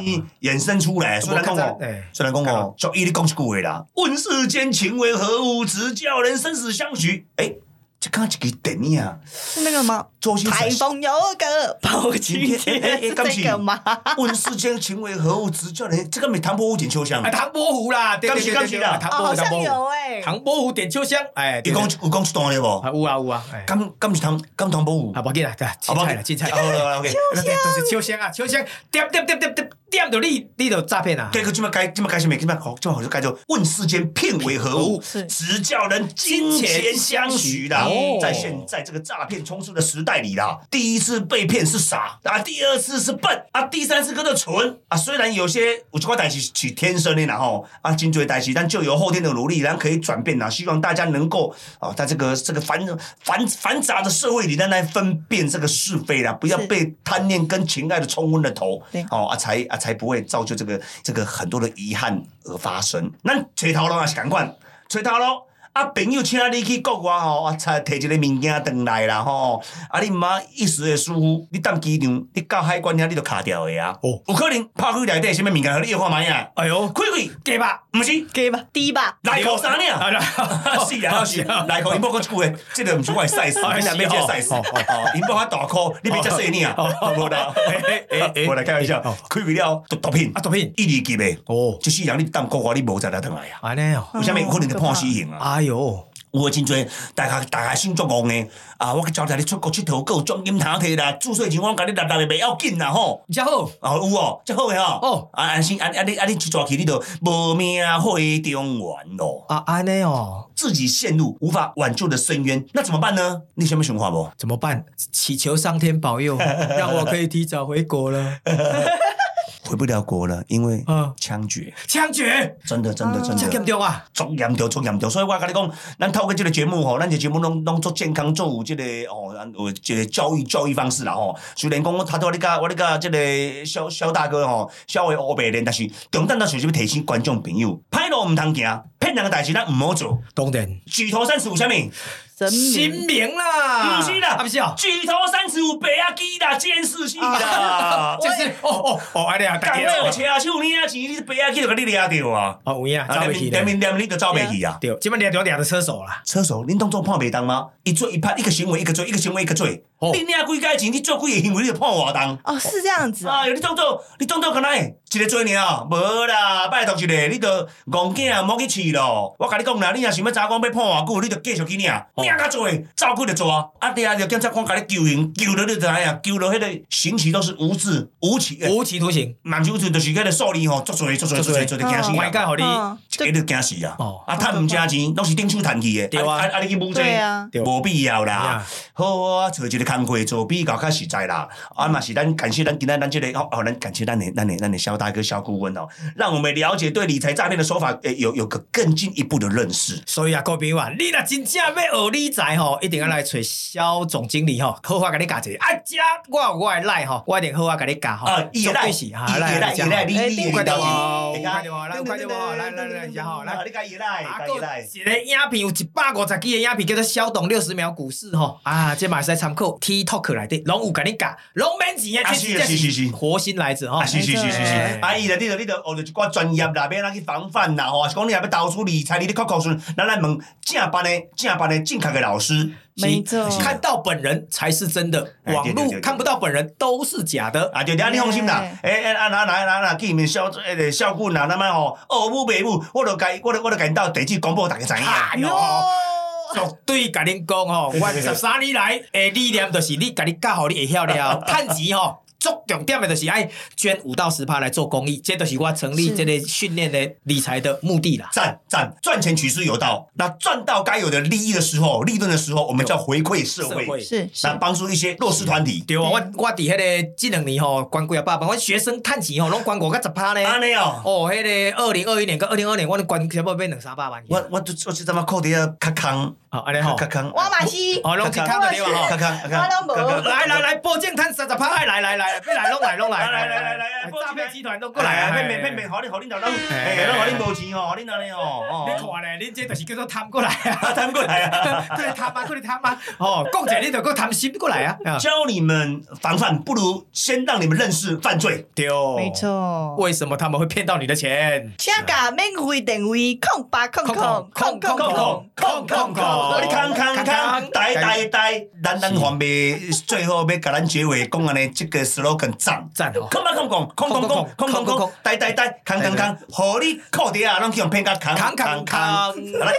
Speaker 2: 衍生出来，虽然讲哦
Speaker 3: 我看到哎。
Speaker 2: 虽然讲
Speaker 3: 看
Speaker 2: 哦
Speaker 3: 到，
Speaker 2: 就伊你讲一句话啦，问世间情为何物，直教人生死相许。哎、这刚一个电影啊，
Speaker 1: 是那个吗？
Speaker 2: 周星
Speaker 1: 台
Speaker 2: 驰。
Speaker 1: 风有个包青天， 是这个吗？
Speaker 2: 哎问世间情为何物，直教人。这个没唐伯虎点秋香
Speaker 1: 哎
Speaker 3: 啊，，唐伯虎啦，对对对对对，唐
Speaker 1: 哦，
Speaker 3: 伯
Speaker 1: 好
Speaker 3: 虎，唐
Speaker 1: 像
Speaker 3: 伯
Speaker 1: 有
Speaker 3: 虎，
Speaker 1: 哎，
Speaker 3: 唐伯虎点秋香，哎，
Speaker 2: 伊讲有讲一段了无？
Speaker 3: 啊，有啊有啊，哎，
Speaker 2: 敢敢是唐敢唐伯虎？
Speaker 3: 啊，不紧啦，对，青菜啦，青菜，
Speaker 2: 好了，OK。
Speaker 3: 那就是秋香啊，秋香，点点点点点点到你，你就诈骗啊。
Speaker 2: 这个这么改，这么改什么？这么好，这么好就改做问世间骗为何物
Speaker 1: 是，
Speaker 2: 直教人金钱相许啦。在现在这个诈骗充斥的时代里啦，第一次被骗是傻啊，第二次是笨啊，第三次跟着蠢啊。虽然有些我就块代是取天生的啦吼啊，颈椎代是，但就由后天的努力，然后可以转变啦。希望大家能够啊，在这个这个繁繁繁杂的社会里，但来分辨这个是非啦，不要
Speaker 1: 是
Speaker 2: 被哎贪念跟情爱的冲昏了头
Speaker 1: 对。
Speaker 2: 哦啊，才啊才不会造就这个这个很多的遗憾而发生。咱找头路也是同款，找头路。啊，朋友请你去国外吼，啊，才摕一个物件回来啦吼。啊，你毋妈一时的疏忽，你当机场，你到海关遐，你就卡掉的啊。
Speaker 3: 哦
Speaker 2: 有可能拍开内底什么物件，你又看卖啊？
Speaker 3: 哎呦，
Speaker 2: 开开，
Speaker 3: 给吧，
Speaker 2: 毋是
Speaker 1: 给吧，低吧，
Speaker 2: 内裤衫
Speaker 3: 啊
Speaker 2: 尔。啊， 是啊，是啊，内裤因某讲一句话，即个毋是我的 size，
Speaker 3: 哦
Speaker 2: 你若要这个 size，
Speaker 3: 哦哦
Speaker 2: 哦，因某较大箍，你别遮细领啊，无啦，无啦，开玩笑，开不了毒毒品
Speaker 3: 哎啊，，毒品，
Speaker 2: 一二级的，
Speaker 3: 哦，
Speaker 2: 即世人你当国外你无再来等来啊。
Speaker 3: 安尼哦，
Speaker 2: 为什么有可能就判死刑啊？
Speaker 3: 哎呦，
Speaker 2: 有诶，真侪大家大家心足戆诶，啊！我招待你出国佚佗，还有奖金通摕啦，住宿钱我拢甲你六六诶，袂要紧啦吼。
Speaker 3: 你好，
Speaker 2: 啊，有哦，真好诶吼。
Speaker 3: 哦
Speaker 2: 啊，安心，啊啊你啊你一抓起你就无命会中原咯，
Speaker 3: 啊，安尼哦，
Speaker 2: 自己陷入无法挽救的深渊，那怎么办呢？你想要想法无？
Speaker 3: 怎么办？祈求上天保佑，让我可以提早回国了。
Speaker 2: 回不了国了，因为
Speaker 3: 嗯
Speaker 2: 枪决，
Speaker 3: 枪决，
Speaker 2: 真的真的真
Speaker 3: 这
Speaker 2: 的
Speaker 3: 严。重啊！
Speaker 2: 足严重，足严重，所以我甲你讲，咱透过即个节目吼，咱这节目拢拢做健康，做有即、个吼，咱有即个教育教育方式啦吼。虽然讲我头拄你甲我你甲即个肖肖大哥吼，稍微乌白脸，但是重点咱想要提醒观众朋友，歹路毋通行，骗人诶代志咱毋好做。
Speaker 3: 当然，
Speaker 2: 举头三尺有啥物？
Speaker 1: 神明
Speaker 3: 新明啦，
Speaker 2: 不是啦，
Speaker 3: 啊不是哦，。
Speaker 2: 举头三尺有白啊鸡啦，监视器啦
Speaker 3: 就是哦哦哦，安尼啊，大
Speaker 2: 讲
Speaker 3: 家
Speaker 2: 咧有
Speaker 3: 哦
Speaker 2: 车手领钱，你白啊鸡就甲你掠着啊，
Speaker 3: 哦有影，走
Speaker 2: 啊，
Speaker 3: 袂去
Speaker 2: 连
Speaker 3: 咧，
Speaker 2: 面连面你就走袂去啊。
Speaker 3: 对，即摆掠着掠着车手啦，
Speaker 2: 车手，恁当做判袂当吗？一做一判，一个行为一个罪，一个行为一个罪。
Speaker 3: 哦
Speaker 2: 你领几个钱，你做几个行为，你就判偌重。
Speaker 1: 哦，是这样子哦，
Speaker 2: 哎呦，你当做你当做干哪会一个罪尔？啊无啦，拜托一个，你着戆囝莫去饲咯。我甲你讲啦，你若想要查讲要判偌久，你着继续去领，领较济，照顾着抓。啊，你啊着检察官甲你救刑，救了你就知影，救了迄个刑期都是无字无期的，
Speaker 3: 无期徒刑，
Speaker 2: 嘛毋是无字，就是迄个数字吼，足侪足侪足侪足侪惊死
Speaker 3: 外
Speaker 2: 人。
Speaker 3: 加互你
Speaker 1: 嗯
Speaker 2: 一个就惊死啊
Speaker 3: 哦！
Speaker 2: 啊，趁毋正钱，拢是顶手趁去的。
Speaker 3: 对啊
Speaker 2: 啊啊，你去补这
Speaker 1: 对啊
Speaker 3: 对
Speaker 2: 无必要啦
Speaker 3: 呀。
Speaker 2: 好啊，找一个工课做比较较实在啦。啊，嘛是咱感谢咱今天咱这个哦哦，咱感谢咱的咱的咱的肖大哥肖顾问哦，让我们了解对理财诈骗的手法呃有有个更进一步的认识。
Speaker 3: 所以啊，各位朋友啊，你若真正要学理财吼，一定要来找肖总经理吼，好好甲你教一下。啊，遮我有我的赖吼，我一定好好甲你教吼。
Speaker 2: 啊，也
Speaker 3: 绝
Speaker 2: 来
Speaker 3: 对是啊，
Speaker 2: 也来
Speaker 3: 来
Speaker 2: 也
Speaker 3: 来
Speaker 2: 来，
Speaker 3: 来，
Speaker 2: 你
Speaker 1: 哎
Speaker 2: 你
Speaker 1: 订
Speaker 2: 你
Speaker 3: 快点
Speaker 2: 你
Speaker 3: 哦
Speaker 2: 你
Speaker 3: 快点哦来快点哦来来来来好来
Speaker 2: 啊你甲也来，甲
Speaker 3: 啊，还有
Speaker 2: 也来。
Speaker 3: 一个影片有一百五十几个影片叫做《肖董六十秒股市》吼啊，这嘛是参考 TikTok 来的，拢有甲你教，拢免钱
Speaker 2: 啊
Speaker 3: 啊，
Speaker 2: 是
Speaker 3: 这
Speaker 2: 是是是
Speaker 3: 活心来着吼
Speaker 2: 啊，。是是是是是
Speaker 3: 哎，
Speaker 2: 啊，伊来你着你着学着一寡专业啦，要安怎去防范啦吼，还是讲你若要投资理财，你咧靠靠顺，咱来问正版的正版的正确看给老师。
Speaker 1: 没错
Speaker 2: 是
Speaker 3: 看到本人才是真的，
Speaker 2: 哎对
Speaker 3: 网
Speaker 2: 对对
Speaker 3: 络
Speaker 2: 对
Speaker 3: 看不到本人都是假的。
Speaker 2: 啊，就你安尼放心啦
Speaker 1: 对，
Speaker 2: 诶诶，啊哪哪哪哪，去你们孝诶个孝棍啦，那么吼，哦母爸母，我著该我著我著该到地址公布大家知影。
Speaker 3: 哎呦，绝对甲恁讲 吼，我十三年来诶理念就是你甲你教好你会晓 了，趁钱吼。足重点的就是爱捐五到十趴来做公益，这都是我成立
Speaker 1: 是
Speaker 3: 这类训练的理财的目的啦。
Speaker 2: 赞赞，赚钱取之有道。那赚到该有的利益的时候，利润的时候，我们叫回馈社
Speaker 3: 社会
Speaker 2: 会，
Speaker 1: 是是
Speaker 2: 那，帮助一些弱势团体。
Speaker 3: 对啊，我我伫迄个这两年吼，捐几啊百万，我学生趁钱吼，拢捐五到十趴呢。
Speaker 2: 安尼哦，
Speaker 3: 哦，迄个二零二一年跟二零二年，我捐差不多变两三百万去。
Speaker 2: 我我就我就这么靠底下卡康，
Speaker 3: 好，安尼
Speaker 2: 卡
Speaker 3: 吼，
Speaker 2: 卡康，
Speaker 1: 我嘛是，
Speaker 3: 哦，拢健康的对吧？
Speaker 2: 卡。
Speaker 3: 吼
Speaker 2: 康卡康，
Speaker 3: 来来，来，保健摊三十趴，哎来来来，要来拢来拢来，
Speaker 2: 来来来来来
Speaker 3: 诈骗集团拢
Speaker 2: 过
Speaker 3: 过
Speaker 2: 来
Speaker 3: 来
Speaker 2: 啊！
Speaker 3: 啊！
Speaker 2: 骗骗骗骗，好你好你老老，哎，老好你无钱哦，好你哪里
Speaker 3: 你
Speaker 2: 哦？
Speaker 3: 看咧，你这就是叫做贪过来啊！
Speaker 2: 哦，谈过来啊！
Speaker 3: 过来贪啊，过来贪啊！哦，讲者你就搁贪心过来啊！啊
Speaker 2: 教你们防范，不如先让你们认识犯罪。
Speaker 3: 对，
Speaker 1: 没。错。
Speaker 3: 为什么他们会骗到你的钱？
Speaker 1: 请假免费定位，空八空空空空空空空空
Speaker 2: 哦，你康
Speaker 1: 空。
Speaker 2: 康康，呆呆呆，咱咱还袂最后要甲咱结尾讲安尼，这个 slogan 赞。
Speaker 3: 赞哦！
Speaker 2: 空空空空空空空空空空，呆呆呆，康康康，互你靠底啊，拢去用骗甲康
Speaker 3: 康
Speaker 2: 康
Speaker 3: 康
Speaker 2: 康。好来，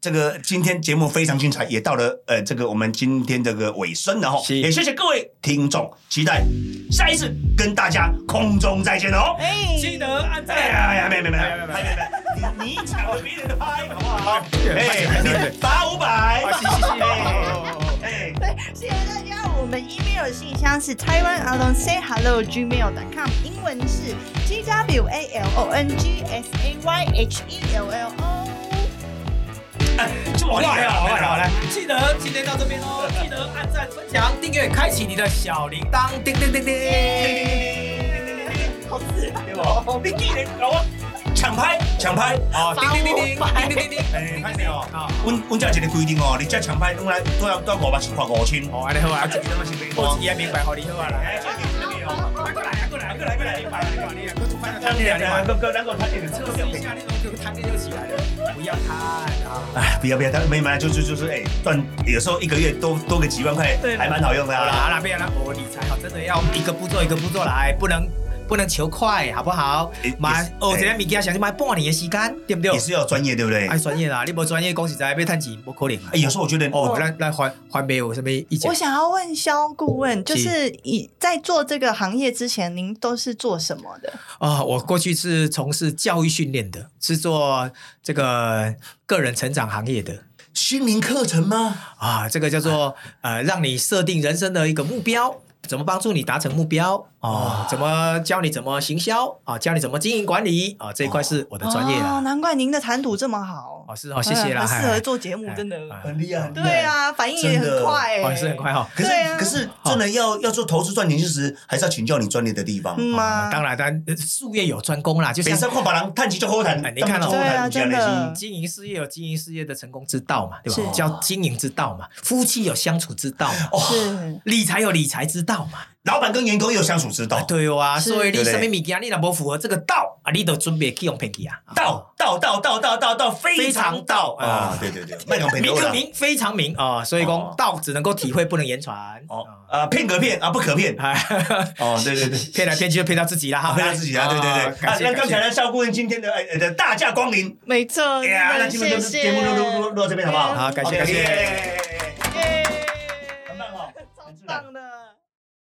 Speaker 2: 这个今天节目非常精彩，也到了呃这个我们今天这个尾声了哈，
Speaker 3: 是
Speaker 2: 也谢谢各位听众，期待下一次跟大家空中再见哦。
Speaker 1: 哎，
Speaker 3: 记得按赞
Speaker 2: 哎。呀呀，没有没有没有没有没有，你抢了别人的拍，好不好？哎，你罚五百，
Speaker 3: 啊，是是是哦。哦哦
Speaker 2: 哎。
Speaker 1: 对，谢谢大家。我们 email 信箱是 Taiwan Alone Say Hello gmail.com，英文是 G W A L O N G S A Y H E L L O。
Speaker 2: 这么厉害啊！
Speaker 3: 好了好了，记得今天到这边哦，记得按赞、分享、订阅、开启你的小铃铛，叮叮叮叮。
Speaker 1: 好死
Speaker 2: 对不？你竟然搞我抢拍抢拍！
Speaker 3: 哦，叮叮叮叮叮叮叮叮，
Speaker 2: 哎，拍谁哦？
Speaker 3: 啊，
Speaker 2: 阮阮这一个规定哦，你这抢拍拢来都要都要五百是罚五千，
Speaker 3: 哦，安尼好
Speaker 2: 啊，
Speaker 3: 啊，
Speaker 2: 这他妈是白
Speaker 3: 我
Speaker 2: 花
Speaker 3: 自己。也明白，好你好啊啦。
Speaker 2: 哎，
Speaker 3: 过来啊，过来啊，过来，过来，明白了，你啊，我突然
Speaker 2: 两个两个两个，他这个
Speaker 3: 测试一下那种就贪恋就起来了，不要贪啊。
Speaker 2: 哎，不要不要，他没买就就就是哎，赚有时候一个月多多个几万块，还蛮好用的
Speaker 3: 好啦
Speaker 2: 啊。
Speaker 3: 好啦，不要啦，我理财好真的要一个步骤一个步骤来，不能不能求快，好不好
Speaker 2: 也？
Speaker 3: 买
Speaker 2: 也是
Speaker 3: 哦，这样物件想去买半年的时间，对不对
Speaker 2: 也？是要专业，对不对？
Speaker 3: 爱专业啦，你无专业，讲实在要趁钱，无可能啦
Speaker 2: 哎，。有时候我觉得
Speaker 3: 哦
Speaker 2: 哦，，
Speaker 3: 来来还还没有什么意见
Speaker 1: 我。想要问肖顾问，就是是以在做这个行业之前，您都是做什么的？
Speaker 3: 啊、我过去是从事教育训练的，是做这个个人成长行业的
Speaker 2: 心灵课程吗？
Speaker 3: 啊，这个叫做
Speaker 1: 啊
Speaker 3: 呃，让你设定人生的一个目标，怎么帮助你达成目标哦，怎么教你怎么行销啊，教你怎么经营管理啊，这一块是我的专业
Speaker 1: 哦，
Speaker 3: 啦。
Speaker 1: 难怪您的谈吐这么好
Speaker 3: 哦，，是哦，谢谢啦，
Speaker 1: 嗯很适合
Speaker 3: 嗨
Speaker 1: 做节目
Speaker 3: 哎，
Speaker 1: 真的。
Speaker 3: 哎
Speaker 2: 很厉害，很厉害
Speaker 1: 对。啊，反应也
Speaker 2: 真的
Speaker 1: 很快
Speaker 3: 哦，
Speaker 1: 哎，
Speaker 3: 是很快哈、
Speaker 2: 可是、
Speaker 1: 对啊
Speaker 2: 可是真的要要做投资赚钱，其实还是要请教你专业的地方。
Speaker 1: 嗯
Speaker 3: 哦
Speaker 1: 吗？
Speaker 3: 当然，当然，呃术业有专攻啦，就
Speaker 2: 北
Speaker 3: 像
Speaker 2: 上看别人探钱就好谈
Speaker 3: 哎，你看了
Speaker 2: 赚不
Speaker 1: 对啊
Speaker 2: 好谈
Speaker 1: 真
Speaker 2: 有这样
Speaker 1: 的
Speaker 2: 是
Speaker 3: 经营事业有经营事业的成功之道嘛，对
Speaker 1: 是哦
Speaker 3: 吧？叫经营之道嘛，夫妻有相处之道嘛，
Speaker 1: 是
Speaker 3: 理财有理财之道嘛，
Speaker 2: 老板跟员工也有相处之道，
Speaker 3: 对哇、啊。
Speaker 1: 哦是
Speaker 3: 所以你
Speaker 2: 对不对
Speaker 3: 什么物件，你若无符合这个道啊，你都准备去用骗去啊。
Speaker 2: 道道道道道道道非常道
Speaker 3: 非常道啊
Speaker 1: 哦
Speaker 2: 啊！对对对，卖讲骗
Speaker 3: 名
Speaker 2: 多
Speaker 3: 可
Speaker 2: 了。
Speaker 3: 名非常名啊、所以
Speaker 2: 哦
Speaker 3: 讲道只能够体会，不能言传。
Speaker 2: 哦
Speaker 3: 哦，
Speaker 2: 啊，骗可骗啊，不可骗。
Speaker 3: 哎，
Speaker 2: 哦，对对对。
Speaker 3: 骗来骗去就骗到自己了哈，
Speaker 2: 啊，骗他自己啊，对对对。啊
Speaker 3: 感，谢
Speaker 2: 那刚才
Speaker 3: 感谢
Speaker 2: 呢，邵顾问今天的哎呃的大驾光临，
Speaker 1: 没错，
Speaker 2: 哎呀，
Speaker 1: 真的
Speaker 2: 那今天
Speaker 1: 谢
Speaker 2: 就
Speaker 1: 谢。
Speaker 2: 节目录录录录到这边好不好？
Speaker 3: 好感谢
Speaker 2: OK，
Speaker 3: 感谢
Speaker 2: 耶